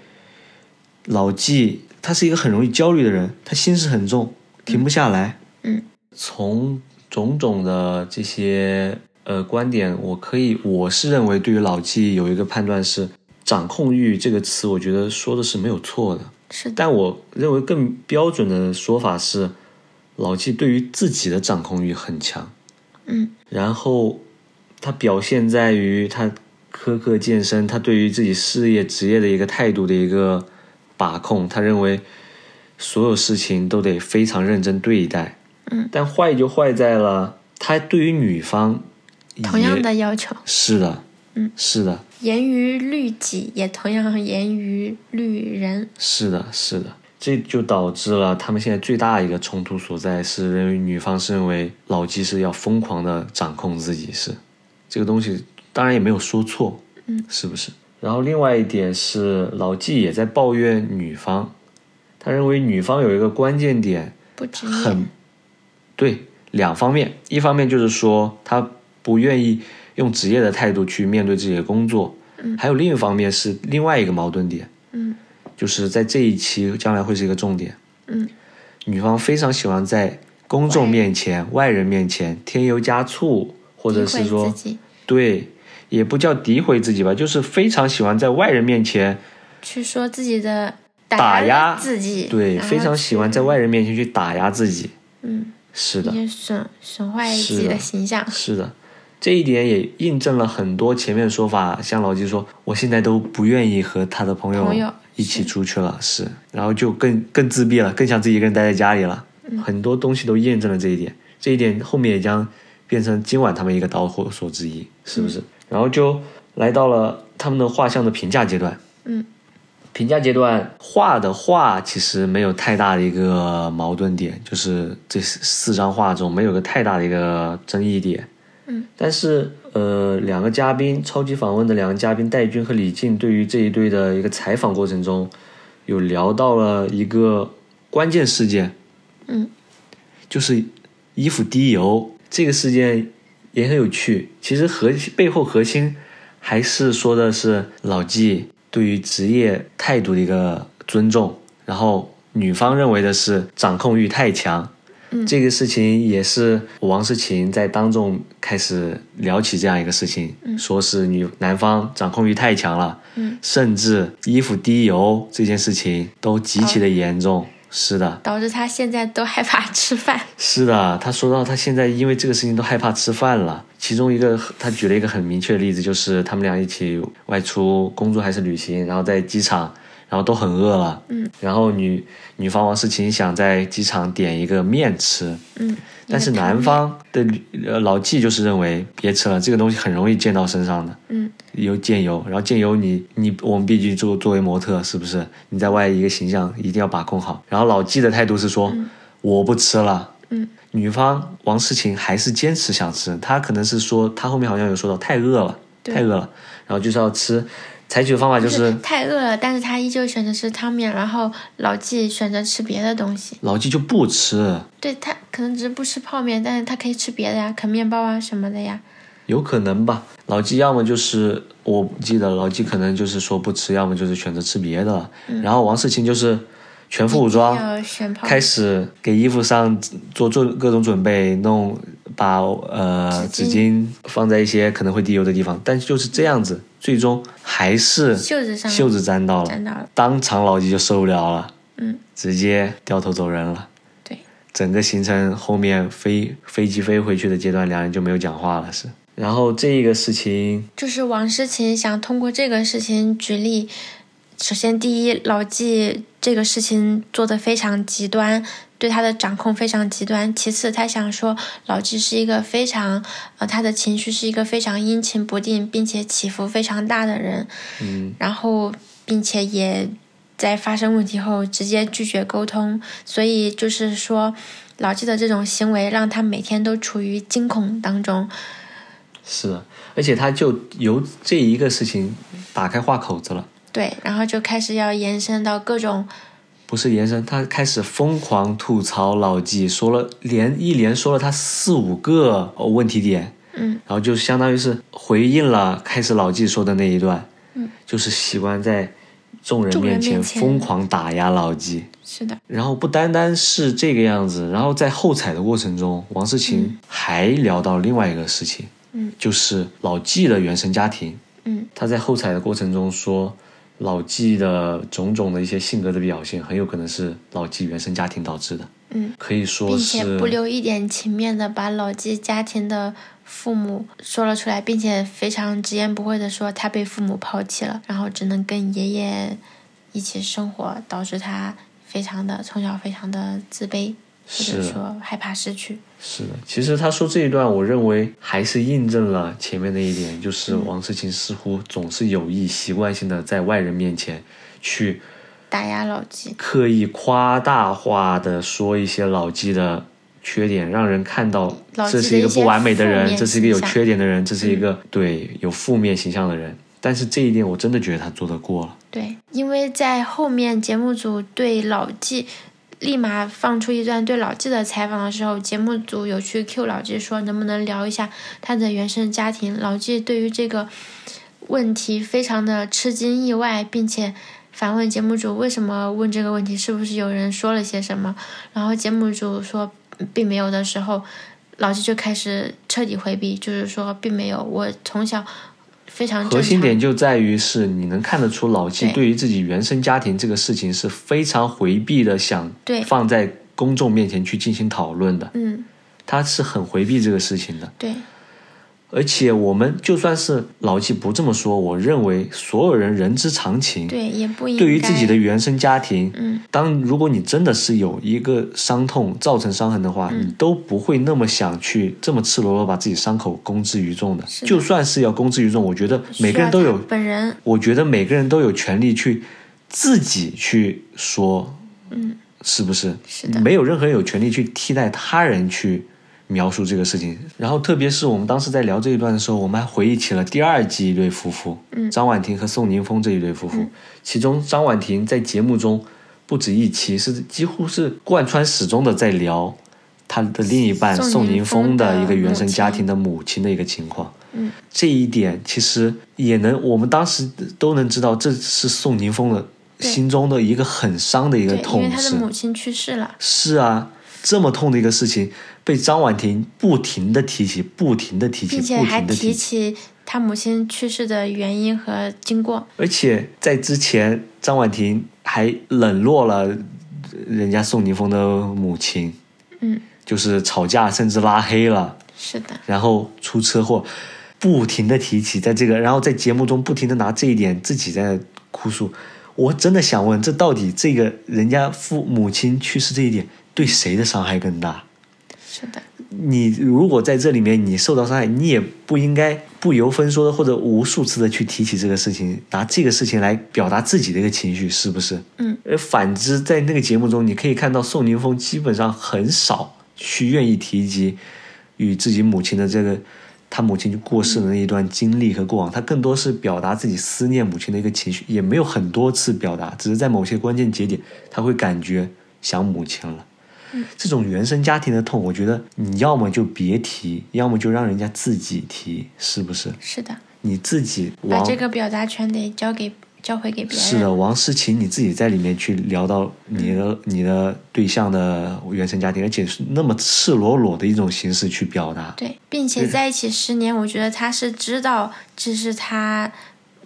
A: 老纪他是一个很容易焦虑的人，他心事很重，停不下来。
B: 嗯
A: 从种种的这些呃观点，我可以我是认为对于老纪有一个判断是“掌控欲”这个词，我觉得说的是没有错的。
B: 是的，
A: 但我认为更标准的说法是，老纪对于自己的掌控欲很强。
B: 嗯，
A: 然后他表现在于他苛刻健身，他对于自己事业职业的一个态度的一个把控，他认为所有事情都得非常认真对待。
B: 嗯，
A: 但坏就坏在了他对于女方也
B: 同样的要求，
A: 是的，
B: 嗯，
A: 是的，
B: 严于律己，也同样严于律人。
A: 是的，是的，这就导致了他们现在最大一个冲突所在是认为女方是认为老纪是要疯狂的掌控自己是，这个东西当然也没有说错，
B: 嗯，
A: 是不是？然后另外一点是老纪也在抱怨女方，他认为女方有一个关键点
B: 不职业
A: 很，对，两方面，一方面就是说他不愿意用职业的态度去面对自己的工作，
B: 嗯
A: 还有另一方面是另外一个矛盾点，
B: 嗯
A: 就是在这一期将来会是一个重点。
B: 嗯，
A: 女方非常喜欢在公众面前、外人面前添油加醋，或者是
B: 诋毁
A: 说
B: 自己
A: 对，也不叫诋毁自己吧，就是非常喜欢在外人面前，
B: 去说自己的
A: 打压
B: 压自己，
A: 对，
B: 然后
A: 非常喜欢
B: 去
A: 在外人面前去打压自己。
B: 嗯，
A: 是的，
B: 也损损坏
A: 是
B: 自己
A: 的
B: 的形象，
A: 是的，这一点也印证了很多前面说法，像老纪说，我现在都不愿意和他的朋友
B: 朋友
A: 一起出去了，是然后就更更自闭了，更想自己一个人待在家里了。
B: 嗯
A: 很多东西都验证了这一点，这一点后面也将变成今晚他们一个导火索之一，是
B: 嗯
A: 不是？然后就来到了他们的画像的评价阶段。
B: 嗯，
A: 评价阶段画的画其实没有太大的一个矛盾点，就是这四四张画中没有个太大的一个争议点。
B: 嗯，
A: 但是呃，两个嘉宾超级访问的两个嘉宾戴军和李静对于这一对的一个采访过程中，有聊到了一个关键事件，
B: 嗯，
A: 就是衣服滴油这个事件也很有趣。其实核心背后核心还是说的是老纪对于职业态度的一个尊重，然后女方认为的是掌控欲太强。
B: 嗯
A: 这个事情也是王诗琴在当众开始聊起这样一个事情，说是女男方掌控欲太强了，
B: 嗯
A: 甚至衣服滴油这件事情都极其
B: 哦
A: 的严重。是的，
B: 导致他现在都害怕吃饭。
A: 是的，他说到他现在因为这个事情都害怕吃饭了。其中一个他举了一个很明确的例子，就是他们俩一起外出工作还是旅行，然后在机场，然后都很饿了，
B: 嗯，
A: 然后女女方王诗琴想在机场点一个面吃，
B: 嗯，
A: 但是男方的呃老纪就是认为别吃了，这个东西很容易溅到身上的，
B: 嗯
A: 有酱油，然后酱油你你我们必须做作为模特，是不是？你在外一个形象一定要把控好。然后老纪的态度是说，我不吃了。
B: 嗯，
A: 女方王诗琴还是坚持想吃，她可能是说她后面好像有说到太饿了，
B: 对
A: 太饿了，然后就是要吃。采取的方法就
B: 就是
A: 是
B: 太饿了，但是他依旧选择吃汤面，然后老纪选择吃别的东西。
A: 老纪就不吃，
B: 对他可能只是不吃泡面，但是他可以吃别的呀，啃面包啊什么的呀。
A: 有可能吧。老纪要么就是我记得老纪可能就是说不吃，要么就是选择吃别的了。然后王诗琴就是全副武装，
B: 嗯要选泡
A: 开始给衣服上做做各种准备，弄把呃
B: 纸
A: 纸
B: 巾
A: 巾放在一些可能会滴油的地方，但就是这样子，最终还是
B: 袖子上
A: 袖子沾到了，
B: 沾到了。
A: 当场老纪就受不了了，
B: 嗯，
A: 直接掉头走人了。
B: 对，
A: 整个行程后面飞飞机飞回去的阶段，两人就没有讲话了，是。然后这个事情，
B: 就是王诗琴想通过这个事情举例。首先，第一，老纪这个事情做得非常极端，对他的掌控非常极端。其次，他想说老纪是一个非常，呃，他的情绪是一个非常阴晴不定，并且起伏非常大的人。
A: 嗯，
B: 然后并且也在发生问题后直接拒绝沟通，所以就是说，老纪的这种行为让他每天都处于惊恐当中。
A: 是的，而且他就由这一个事情打开话口子了，
B: 对，然后就开始要延伸到各种，
A: 不是延伸，他开始疯狂吐槽老纪，说了连一连说了他四五个呃问题点，
B: 嗯，
A: 然后就相当于是回应了开始老纪说的那一段，嗯，就是喜欢在众人
B: 众人
A: 面前
B: 面前
A: 疯狂打压老纪，
B: 是的，
A: 然后不单单是这个样子，然后在后采的过程中，王思琴还聊到另外一个事情，
B: 嗯，
A: 就是老纪的原生家庭。
B: 嗯
A: 他在后采的过程中说，老纪的种种的一些性格的表现，很有可能是老纪原生家庭导致的，
B: 嗯，
A: 可以说
B: 并且
A: 是
B: 不留一点情面的把老纪家庭的父母说了出来，并且非常直言不讳的说他被父母抛弃了，然后只能跟爷爷一起生活，导致他非常的从小非常的自卑，或者
A: 是
B: 说害怕失去。
A: 是的。其实他说这一段，我认为还是印证了前面那一点，就是
B: 嗯
A: 王思琴似乎总是有意习惯性的在外人面前去
B: 打压老纪，
A: 刻意夸大化的说一些老纪的缺点，让人看到
B: 老纪
A: 这
B: 的
A: 是一个
B: 一些
A: 不完美的
B: 负
A: 人，
B: 面
A: 这是一个有
B: 形象嗯
A: 缺点的人，这是一个、对有负面形象的人。但是这一点我真的觉得他做得过了，
B: 对，因为在后面节目组对老纪立马放出一段对老纪的采访的时候，节目组有去 Q 老纪说能不能聊一下他的原生家庭。老纪对于这个问题非常的吃惊意外，并且反问节目组为什么问这个问题，是不是有人说了些什么？然后节目组说嗯并没有的时候，老纪就开始彻底回避，就是说并没有，我从小非常
A: 核
B: 正
A: 心
B: 常。
A: 点就在于是你能看得出老纪
B: 对
A: 对于自己原生家庭这个事情是非常回避的，想
B: 对
A: 放在公众面前去进行讨论的，
B: 嗯，
A: 他是很回避这个事情的。
B: 对。
A: 而且我们就算是老纪不这么说，我认为所有人人之常情，
B: 对，也不应该
A: 对于自己的原生家庭，
B: 嗯，
A: 当如果你真的是有一个伤痛造成伤痕的
B: 嗯
A: 话，你都不会那么想去这么赤裸裸把自己伤口公之于众的。
B: 的
A: 就算是要公之于众，我觉得
B: 需
A: 每个人
B: 要
A: 都
B: 他
A: 有，
B: 本人
A: 我觉得每个人都有权利去自己去说，
B: 嗯，
A: 是不是？
B: 是的
A: 没有任何人有权利去替代他人去。描述这个事情，然后特别是我们当时在聊这一段的时候，我们还回忆起了第二季一对夫妇，
B: 嗯
A: 张婉婷和宋宁峰这一对夫妇，其中张婉婷在节目中不止一期，是几乎是贯穿始终的在聊她的另一半
B: 宋
A: 宋
B: 宁
A: 宁峰
B: 峰的
A: 的一个原生
B: 母亲
A: 家庭的母亲的一个情况。
B: 嗯，
A: 这一点其实也能，我们当时都能知道，这是宋宁峰的
B: 对
A: 心中的一个很伤的一个
B: 对，因
A: 痛
B: 为
A: 是。
B: 他的母亲去世了，
A: 是啊，这么痛的一个事情，被张婉婷不停的提起，不停的提起，
B: 并且
A: 不
B: 还
A: 停的
B: 提
A: 提起，
B: 起他母亲去世的原因和经过。
A: 而且在之前，张婉婷还冷落了人家宋宁峰的母亲，
B: 嗯，
A: 就是吵架，甚至拉黑了，
B: 是的，
A: 然后出车祸，不停的提起，在这个，然后在节目中不停的拿这一点自己在哭诉。我真的想问，这到底这个人家父母亲去世这一点，对谁的伤害更大？
B: 是的，
A: 你如果在这里面你受到伤害，你也不应该不由分说的或者无数次的去提起这个事情，拿这个事情来表达自己的一个情绪，是不是？
B: 嗯。
A: 而反之，在那个节目中，你可以看到宋宁峰基本上很少去愿意提及与自己母亲的这个他母亲过世的那一段经历和过往，他更多是表达自己思念母亲的一个情绪，也没有很多次表达，只是在某些关键节点，他会感觉想母亲了。这种原生家庭的痛，我觉得你要么就别提，要么就让人家自己提，是不是？
B: 是的，
A: 你自己
B: 把
A: 往
B: 这个表达权得交给交回给别人。
A: 是的，王诗琴你自己在里面去聊到你的、你的对象的原生家庭，而且是那么赤裸裸的一种形式去表达，
B: 对，并且在一起十年，我觉得她是知道这是她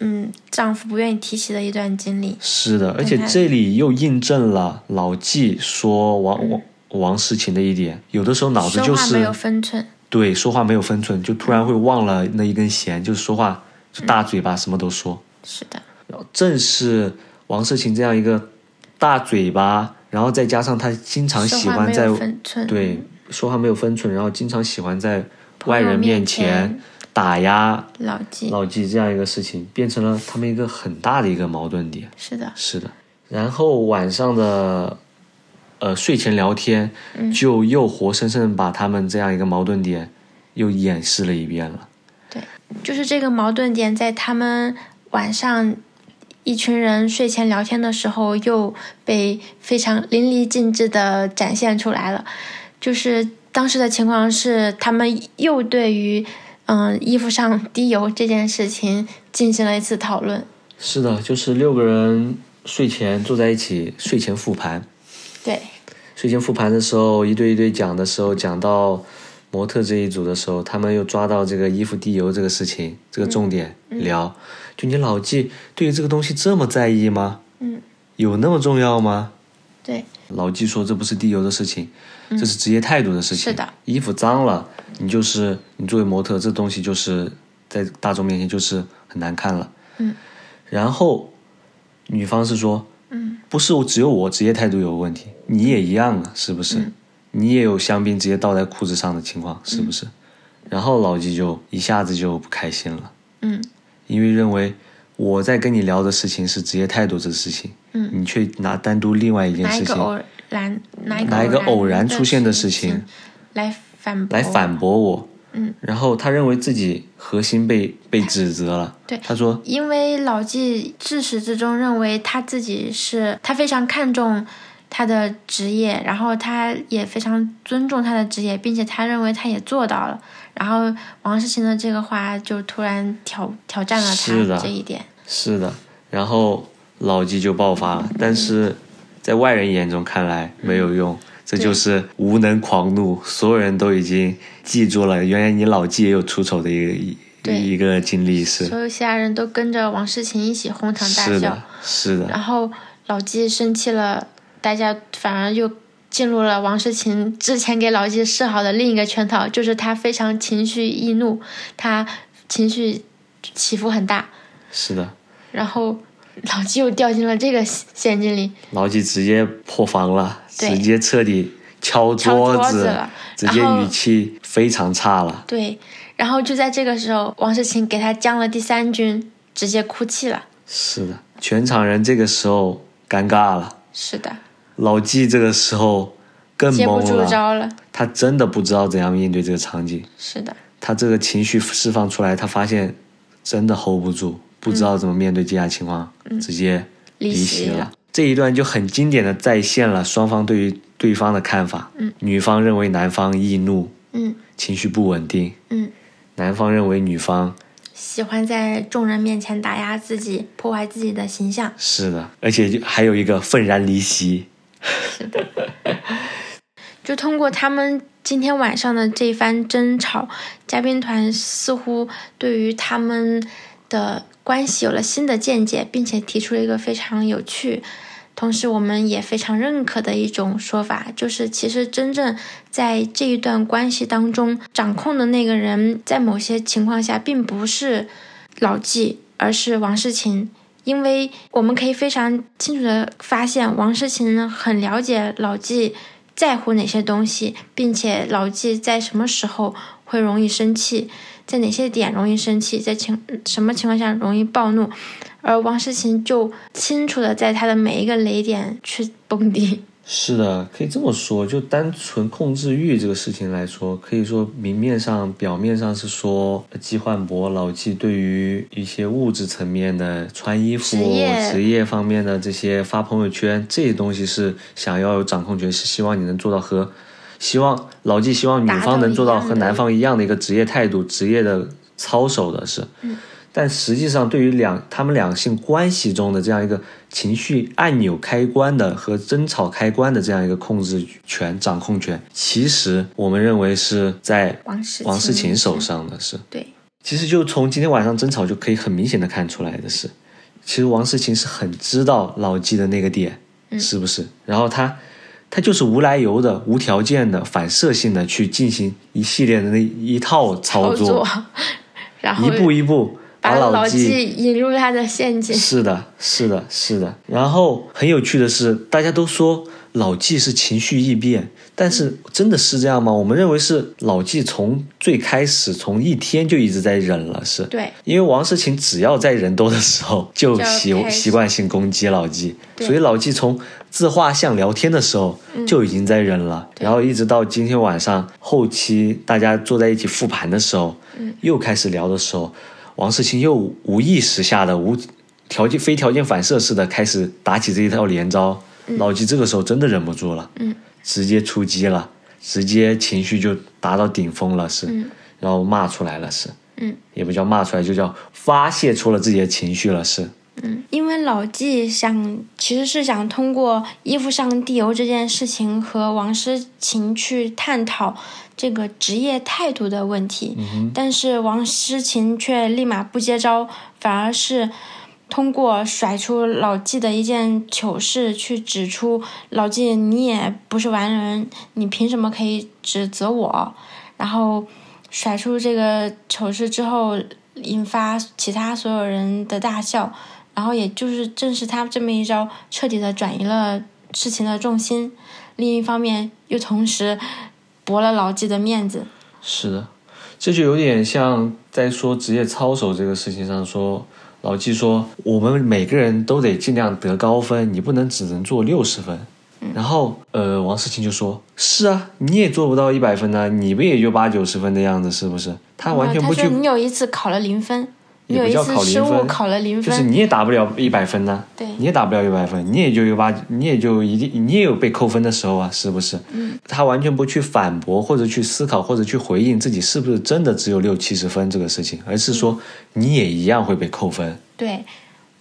B: 嗯丈夫不愿意提起的一段经历。
A: 是的，而
B: 对
A: 且
B: 他
A: 这里又印证了老纪说王王王诗琴的一点，有的时候脑子就
B: 嗯说话没
A: 是
B: 有分寸，
A: 对说话没有分寸，就突然会忘了那一根弦，就是说话就大嘴巴，什么都说。
B: 是的，
A: 正是王世勤这样一个大嘴巴，然后再加上他经常喜
B: 说话
A: 欢
B: 没
A: 在
B: 有分寸，
A: 对说话没有分寸，然后经常喜欢在
B: 朋
A: 外
B: 友
A: 人面
B: 面
A: 前打压
B: 老纪，
A: 老纪这样一个事情，变成了他们一个很大的一个矛盾点。
B: 是的，
A: 是的，然后晚上的呃睡前聊天，
B: 嗯
A: 就又活生生地把他们这样一个矛盾点又演示了一遍了。
B: 就是这个矛盾点在他们晚上一群人睡前聊天的时候，又被非常淋漓尽致的展现出来了。就是当时的情况是，他们又对于嗯衣服上滴油这件事情进行了一次讨论。
A: 是的，就是六个人睡前坐在一起，睡前复盘。
B: 对，
A: 睡前复盘的时候，一对一对讲的时候，讲到模特这一组的时候，他们又抓到这个衣服滴油这个事情，这个重点聊。就你老纪对于这个东西这么在意吗？
B: 嗯，
A: 有那么重要吗？
B: 对，
A: 老纪说这不是滴油的事情，这是职业态度的事情。
B: 嗯是的，
A: 衣服脏了，你就是你作为模特，这东西就是在大众面前就是很难看了。
B: 嗯，
A: 然后女方是说，
B: 嗯，
A: 不是我只有我职业态度有问题，你也一样啊，是不是？
B: 嗯
A: 你也有香槟直接倒在裤子上的情况，是不是？然后老纪就一下子就不开心了，
B: 嗯
A: 因为认为我在跟你聊的事情是职业态度这事情，
B: 嗯，
A: 你却拿单独另外一件
B: 拿一
A: 事
B: 个
A: 情
B: 偶然，拿一个
A: 拿一个偶然出现的
B: 的
A: 事情
B: 来反驳
A: 来反驳我，
B: 嗯，
A: 然后他认为自己核心被被指责了，
B: 对
A: 他说
B: 因为老纪自始至终认为他自己是，他非常看重他的职业，然后他也非常尊重他的职业，并且他认为他也做到了。然后王诗琴的这个话就突然挑挑战了
A: 是的
B: 他这一点，
A: 是的，然后老纪就爆发了，
B: 嗯
A: 但是在外人眼中看来没有用。这就是无能狂怒，所有人都已经记住了，原来你老纪也有出丑的一个一
B: 对
A: 一个经历是
B: 所有其他人都跟着王诗琴一起哄堂大
A: 是
B: 笑
A: 的。，是的，
B: 然后老纪生气了，大家反而又进入了王诗琴之前给老纪设好的另一个圈套，就是他非常情绪易怒，他情绪起伏很大，
A: 是的。
B: 然后老纪又掉进了这个陷陷阱里，
A: 老纪直接破防了，
B: 对
A: 直接彻底敲
B: 敲
A: 桌
B: 桌子了
A: 直接
B: 然后
A: 语气非常差了。
B: 对，然后就在这个时候，王诗琴给他将了第三军，直接哭泣了。
A: 是的，全场人这个时候尴尬了，
B: 是的，
A: 老纪这个时候更
B: 接不
A: 嗯懵
B: 住
A: 了，
B: 招了。
A: 他真的不知道怎样应对这个场景，
B: 是的，
A: 他这个情绪释放出来，他发现真的 hold 不住，不知道怎么面对这样情况，直接
B: 嗯离
A: 席
B: 席
A: 了。
B: 了
A: 这一段就很经典的再现了双方对于对方的看法，女方认为男方易怒，
B: 嗯
A: 情绪不稳定，
B: 嗯，
A: 男方认为女方
B: 喜欢在众人面前打压自己，破坏自己的形象。
A: 是的，而且就还有一个愤然离席。
B: 就通过他们今天晚上的这番争吵，嘉宾团似乎对于他们的关系有了新的见解，并且提出了一个非常有趣，同时我们也非常认可的一种说法，就是其实真正在这一段关系当中掌控的那个人，在某些情况下并不是老纪，而是王诗琴。因为我们可以非常清楚的发现，王诗琴很了解老纪在乎哪些东西，并且牢记在什么时候会容易生气，在哪些点容易生气，在情什么情况下容易暴怒，而王诗琴就清楚的在他的每一个雷点去蹦迪。
A: 是的，可以这么说，就单纯控制欲这个事情来说，可以说明面上、表面上是说呃季焕博、老纪对于一些物质层面的穿衣服、
B: 职业
A: 职业方面的这些发朋友圈这些东西是想要有掌控权，是希望你能做到和希望老纪希望女方能做到和男方一样的一个职业态度、职业的操守的是。但实际上，对于两他们两性关系中的这样一个情绪按钮开关的和争吵开关的这样一个控制权、掌控权，其实我们认为是在
B: 王诗
A: 王诗琴手上的是。
B: 对，
A: 其实就从今天晚上争吵就可以很明显的看出来的是，其实王诗琴是很知道老纪的那个点、
B: 嗯
A: 是不是，然后他他就是无来由的、无条件的、反射性的去进行一系列的那一套操
B: 操
A: 作，
B: 作，然后
A: 一步一步
B: 把
A: 老
B: 老纪引入他的陷阱。
A: 是的，是的，是的。然后很有趣的是，大家都说老纪是情绪异变，但是真的是这样吗？我们认为是老纪从最开始从一天就一直在忍了，是
B: 对
A: 因为王诗晴只要在人多的时候就
B: 就
A: 习
B: 开始
A: 习惯性攻击老纪，
B: 对嗯
A: 所以老纪从自画像聊天的时候就已经在忍了，
B: 对
A: 然后一直到今天晚上后期大家坐在一起复盘的时候，
B: 嗯
A: 又开始聊的时候，王世清又无意识下的无条件非条件反射式的开始打起这一套连招，老纪这个时候真的忍不住了，
B: 嗯
A: 直接出击了，直接情绪就达到顶峰了，是，
B: 嗯
A: 然后骂出来了，是，
B: 嗯，
A: 也不叫骂出来，就叫发泄出了自己的情绪了，是，
B: 因为老纪想其实是想通过衣服上地油这件事情和王诗晴去探讨这个职业态度的问题，但是王诗晴却立马不接招，反而是通过甩出老纪的一件糗事去指出老纪你也不是完人，你凭什么可以指责我？然后甩出这个糗事之后，引发其他所有人的大笑。然后也就是正是他这么一招，彻底的转移了事情的重心。另一方面，又同时驳了老纪的面子。
A: 是的，这就有点像在说职业操守这个事情上说。老纪说：“我们每个人都得尽量得高分，你不能只能做六十分。
B: 嗯
A: 然后，呃，王世清就说：“是啊，你也做不到一百分呢、你不也就八九十分的样子，是不是？”他完全
B: 啊哦他
A: 不去
B: 说，你有一次考了零分，你
A: 也不
B: 有一
A: 叫
B: 次
A: 考
B: 失
A: 零
B: 误
A: 分，
B: 考了零
A: 就是
B: 分，
A: 你也达不了一百分呢、
B: 对
A: 你也达不了一百分，你也就有八，你也就一定，你也有被扣分的时候啊，是不是？嗯，他完全不去反驳或者去思考或者去回应自己是不是真的只有六七十分这个事情，而是说
B: 嗯
A: 你也一样会被扣分。
B: 对。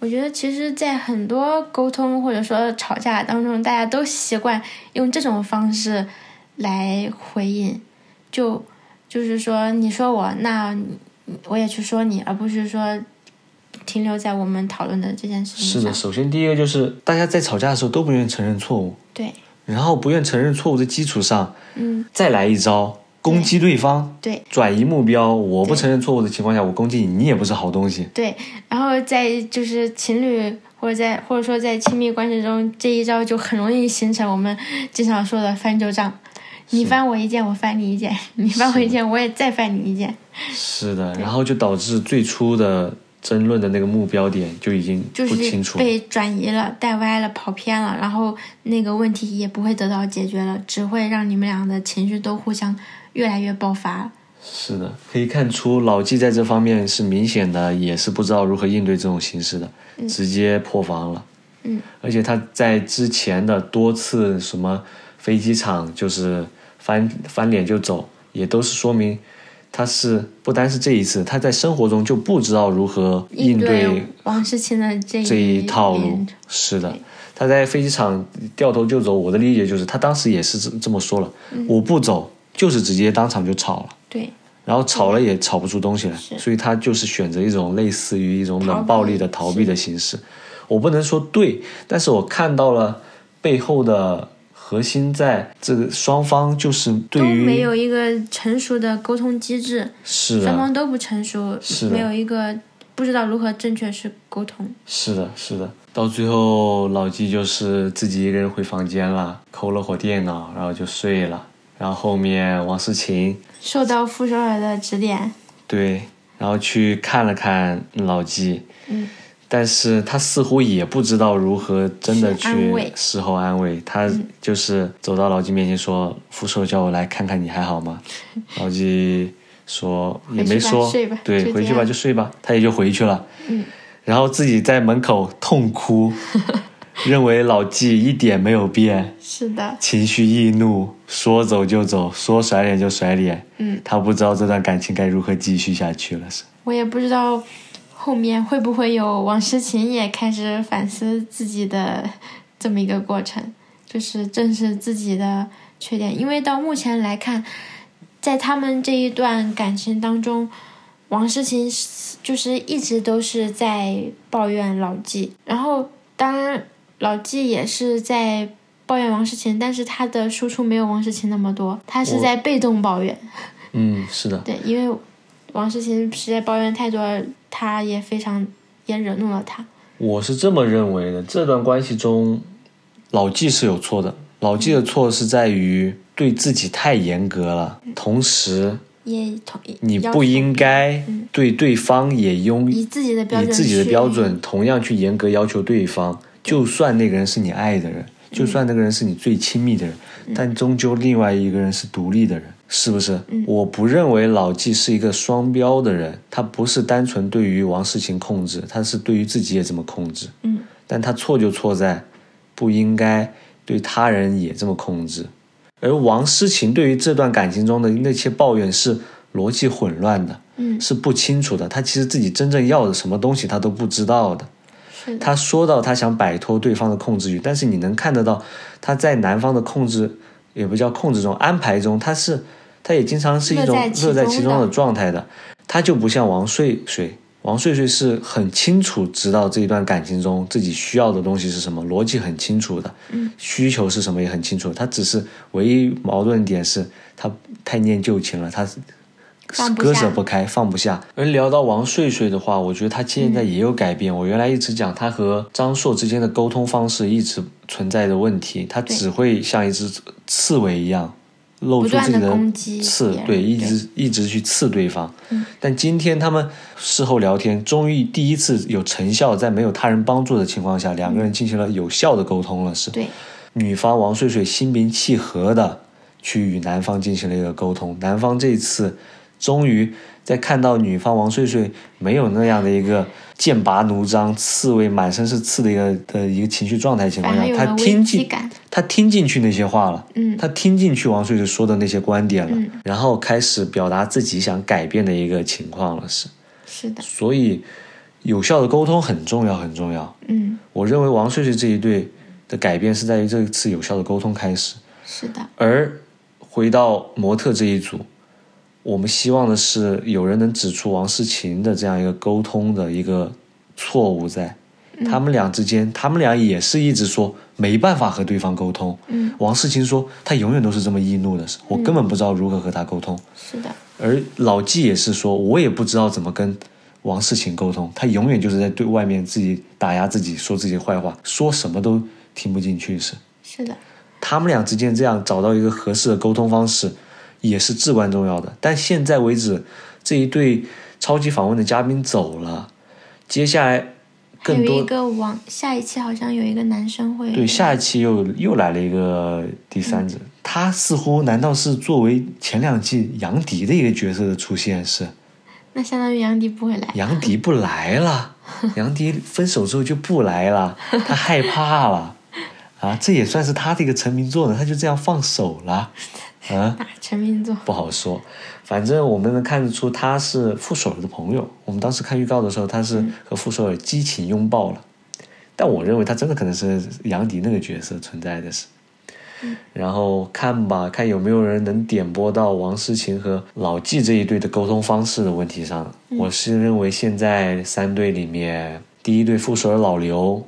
B: 我觉得其实，在很多沟通或者说吵架当中，大家都习惯用这种方式来回应，就就是说你说我，那你我也去说你，而不是说停留在我们讨论的这件事情
A: 是
B: 上。
A: 的，首先第一个就是大家在吵架的时候都不愿意承认错误，
B: 对，
A: 然后不愿承认错误的基础上，
B: 嗯，
A: 再来一招攻击对方，
B: 对
A: 转移目标。我不承认错误的情况下，我攻击你，你也不是好东西。
B: 对，然后在就是情侣或者在或者说在亲密关系中，这一招就很容易形成我们经常说的翻旧账，你翻我一件，我翻你一件，你翻我一件，我也再翻你一件，
A: 是的，然后就导致最初的争论的那个目标点就已经
B: 就
A: 不清
B: 是
A: 楚。
B: 被转移了、带歪了、跑偏了，然后那个问题也不会得到解决了，只会让你们俩的情绪都互相越来越爆发。
A: 是的，可以看出老纪在这方面是明显的，也是不知道如何应对这种形式的，直接破防了。
B: 嗯，
A: 而且他在之前的多次什么飞机场就是翻翻脸就走，也都是说明他是不单是这一次，他在生活中就不知道如何应对
B: 对哦王诗晴的这一
A: 这一套路
B: 连。
A: 是的，他在飞机场掉头就走，我的理解就是他当时也是这这么说了，
B: 嗯
A: 我不走，就是直接当场就吵了。
B: 对，
A: 然后吵了也吵不出东西来，所以他就是选择一种类似于一种冷暴力的逃避的形式。我不能说对，但是我看到了背后的核心在这个双方就是对
B: 都没
A: 于
B: 有一个成熟的沟通机制。
A: 是啊
B: 双
A: 的，
B: 方都不成熟，
A: 是的
B: 没有一个不知道如何正确是沟通。
A: 是的，是的。到最后，老纪就是自己一个人回房间了，抠了会儿电脑，然后就睡了。然后后面王思琴
B: 受到傅首尔的指点，
A: 对，然后去看了看老纪，
B: 嗯，
A: 但是他似乎也不知道如何真的
B: 去安
A: 去
B: 慰嗯
A: 事后安慰，他就是走到老纪面前说：“傅首叫我来看看你还好吗？” 老纪说也没
B: 回去吧
A: 说
B: 睡吧，就
A: 对，
B: 这
A: 回去吧
B: 样
A: 就睡吧，他也就回去了，
B: 嗯，
A: 然后自己在门口痛 哭，认为老纪一点没有变，
B: 是的，
A: 情绪易怒，说走就走，说甩脸就甩脸。
B: 嗯，
A: 他不知道这段感情该如何继续下去了。是，
B: 我也不知道后面会不会有王诗琴也开始反思自己的这么一个过程，就是正视自己的缺点，因为到目前来看，在他们这一段感情当中。王诗琴是就是一直都是在抱怨老纪，然后当然老纪也是在抱怨王诗琴，但是他的输出没有王诗琴那么多，他是
A: 我
B: 在被动抱怨。
A: 嗯，是的，
B: 对，因为王诗琴实在抱怨太多了，他也非常也惹怒了他。
A: 我是这么认为的。这段关系中，老纪是有错的，老纪的错是在于对自己太严格了，同时
B: 也同意
A: 你
B: 要
A: 不
B: 求
A: 应该对对方也拥
B: 以自己的标
A: 以
B: 准，嗯
A: 自己的标，准同样去严格要求对方，就算那个人是你爱的
B: 嗯
A: 人，就算那个人是你最亲密的人，但终究另外一个人是独立的人，是不是？
B: 嗯
A: 我不认为老纪是一个双标的人，他不是单纯对于王世勤控制，他是对于自己也这么控制。
B: 嗯，
A: 但他错就错在不应该对他人也这么控制。而王诗晴对于这段感情中的那些抱怨是逻辑混乱的，
B: 嗯
A: 是不清楚的。他其实自己真正要的什么东西，他都不知道的。
B: 是的，
A: 他说到他想摆脱对方的控制欲，但是你能看得到他在男方的控制，也不叫控制中安排中，他是他也经常是一种
B: 乐在其
A: 乐在
B: 中
A: 其中的
B: 的
A: 状态的。他就不像王睡睡，王睡睡是很清楚知道这一段感情中自己需要的东西是什么，逻辑很清楚的，
B: 嗯
A: 需求是什么也很清楚。他只是唯一矛盾点是他太念旧情了，他
B: 放不
A: 割
B: 下
A: 舍不开，放不下。而聊到王睡睡的话，我觉得他现在也有改变。我原来一直讲他和张硕之间的沟通方式一直存在的问题，他
B: 对
A: 只会像一只刺猬一样露
B: 不
A: 出自己
B: 断地
A: 的
B: 攻击
A: 刺
B: 别，人
A: 对，
B: 对嗯
A: 一直一直去刺对方。但今天他们事后聊天，终于第一次有成效，在没有他人帮助的情况下，两个人进行了有效的沟通了，是。
B: 对，
A: 女方王睡睡心平气和的去与男方进行了一个沟通，男方这一次终于在看到女方王睡睡没有那样的一个剑拔弩张、刺猬满身是刺的一个的一个情绪状态情况
B: 反而
A: 下，
B: 有
A: 他
B: 了危
A: 听
B: 机
A: 进
B: 感，
A: 他听进去那些话了，
B: 嗯
A: 他听进去王睡睡说的那些观点了，
B: 嗯
A: 然后开始表达自己想改变的一个情况了，是，
B: 是的，
A: 所以有效的沟通很重要，很重要。
B: 嗯，
A: 我认为王睡睡这一对的改变是在于这次有效的沟通开始。
B: 是的，
A: 而回到模特这一组，我们希望的是有人能指出王诗琴的这样一个沟通的一个错误在。他们俩之间，他们俩也是一直说没办法和对方沟通。
B: 嗯，
A: 王诗琴说她永远都是这么易怒的，我根本不知道如何和她沟通。
B: 是的，
A: 而老纪也是说，我也不知道怎么跟王世勤沟通，他永远就是在对外面自己打压自己，说自己坏话，说什么都听不进去是。
B: 是的，
A: 他们俩之间这样找到一个合适的沟通方式，也是至关重要的。但现在为止，这一对超级访问的嘉宾走了，接下来
B: 还
A: 更
B: 有一
A: 多
B: 个网，下一期好像有一个男生会
A: 对下一期又又来了一个第三者，他似乎难道是作为前两季杨迪的一个角色的出现是？
B: 那相当于杨迪不会来，
A: 杨迪不来了，杨迪分手之后就不来了，他害怕了，啊，这也算是他的一个成名作呢，他就这样放手了，啊，
B: 啊，成名作，
A: 不好说，反正我们能看得出他是傅首尔的朋友，我们当时看预告的时候，他是和傅首尔激情拥抱了，但我认为他真的可能是杨迪那个角色存在的是。然后看吧，看有没有人能点拨到王诗晴和老纪这一对的沟通方式的问题上。
B: 嗯
A: 我是认为现在三队里面，第一对副手的老刘，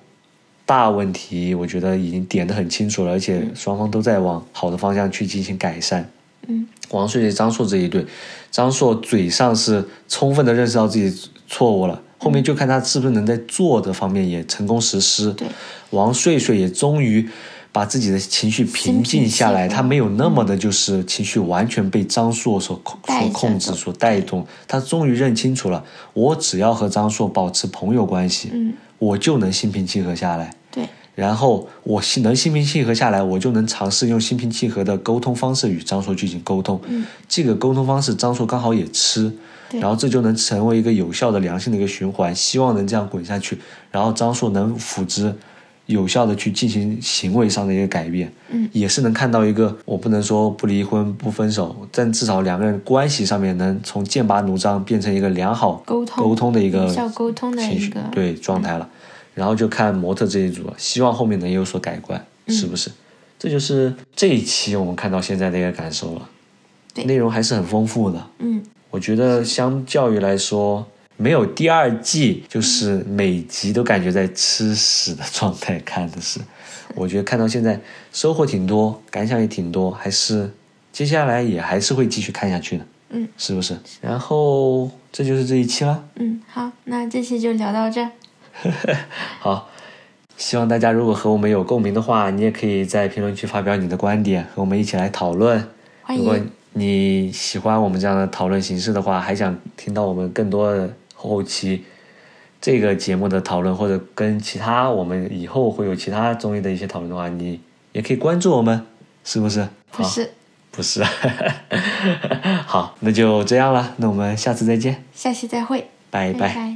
A: 大问题我觉得已经点得很清楚了，而且双方都在往好的方向去进行改善。
B: 嗯，
A: 王睡睡、张硕这一对，张硕嘴上是充分的认识到自己错误了，后面就看他是不是能在做的方面也成功实施。
B: 对，
A: 王睡睡也终于把自己的情绪平静下来，
B: 心平气
A: 他
B: 和
A: 没有那么的就是情绪完全被张硕所控
B: 带
A: 所
B: 着
A: 控制、
B: 走
A: 所带动。他终于认清楚了，我只要和张硕保持朋友关系，
B: 嗯，
A: 我就能心平气和下来。
B: 对，
A: 然后我心能心平气和下来，我就能尝试用心平气和的沟通方式与张硕进行沟通。
B: 嗯
A: 这个沟通方式张硕刚好也吃，
B: 对
A: 然后这就能成为一个有效的良性的一个循环，希望能这样滚下去，然后张硕能辅之。有效的去进行行为上的一个改变，
B: 嗯，
A: 也是能看到一个，我不能说不离婚不分手，但至少两个人关系上面能从剑拔弩张变成一个良好
B: 沟通
A: 沟通的一个
B: 有效沟通的
A: 情
B: 一
A: 绪
B: 个，
A: 对状态了，然后就看模特这一组了，希望后面能有所改观，
B: 嗯
A: 是不是？这就是这一期我们看到现在的一个感受了，
B: 对
A: 内容还是很丰富的。
B: 嗯，
A: 我觉得相较于来说，没有第二季，就是每集都感觉在吃屎的状态看的 是，我觉得看到现在收获挺多，感想也挺多，还是接下来也还是会继续看下去的，
B: 嗯，
A: 是不是？然后这就是这一期了。
B: 嗯，好，那这期就聊到这儿。
A: 好，希望大家如果和我们有共鸣的话，你也可以在评论区发表你的观点，和我们一起来讨论。
B: 欢
A: 如果
B: 迎，
A: 你喜欢我们这样的讨论形式的话，还想听到我们更多的后期这个节目的讨论，或者跟其他我们以后会有其他综艺的一些讨论的话，你也可以关注我们，是不是？
B: 不
A: 啊，
B: 是，
A: 不是。 好，那就这样了，那我们下次再见，
B: 下期再会，
A: 拜
B: 拜拜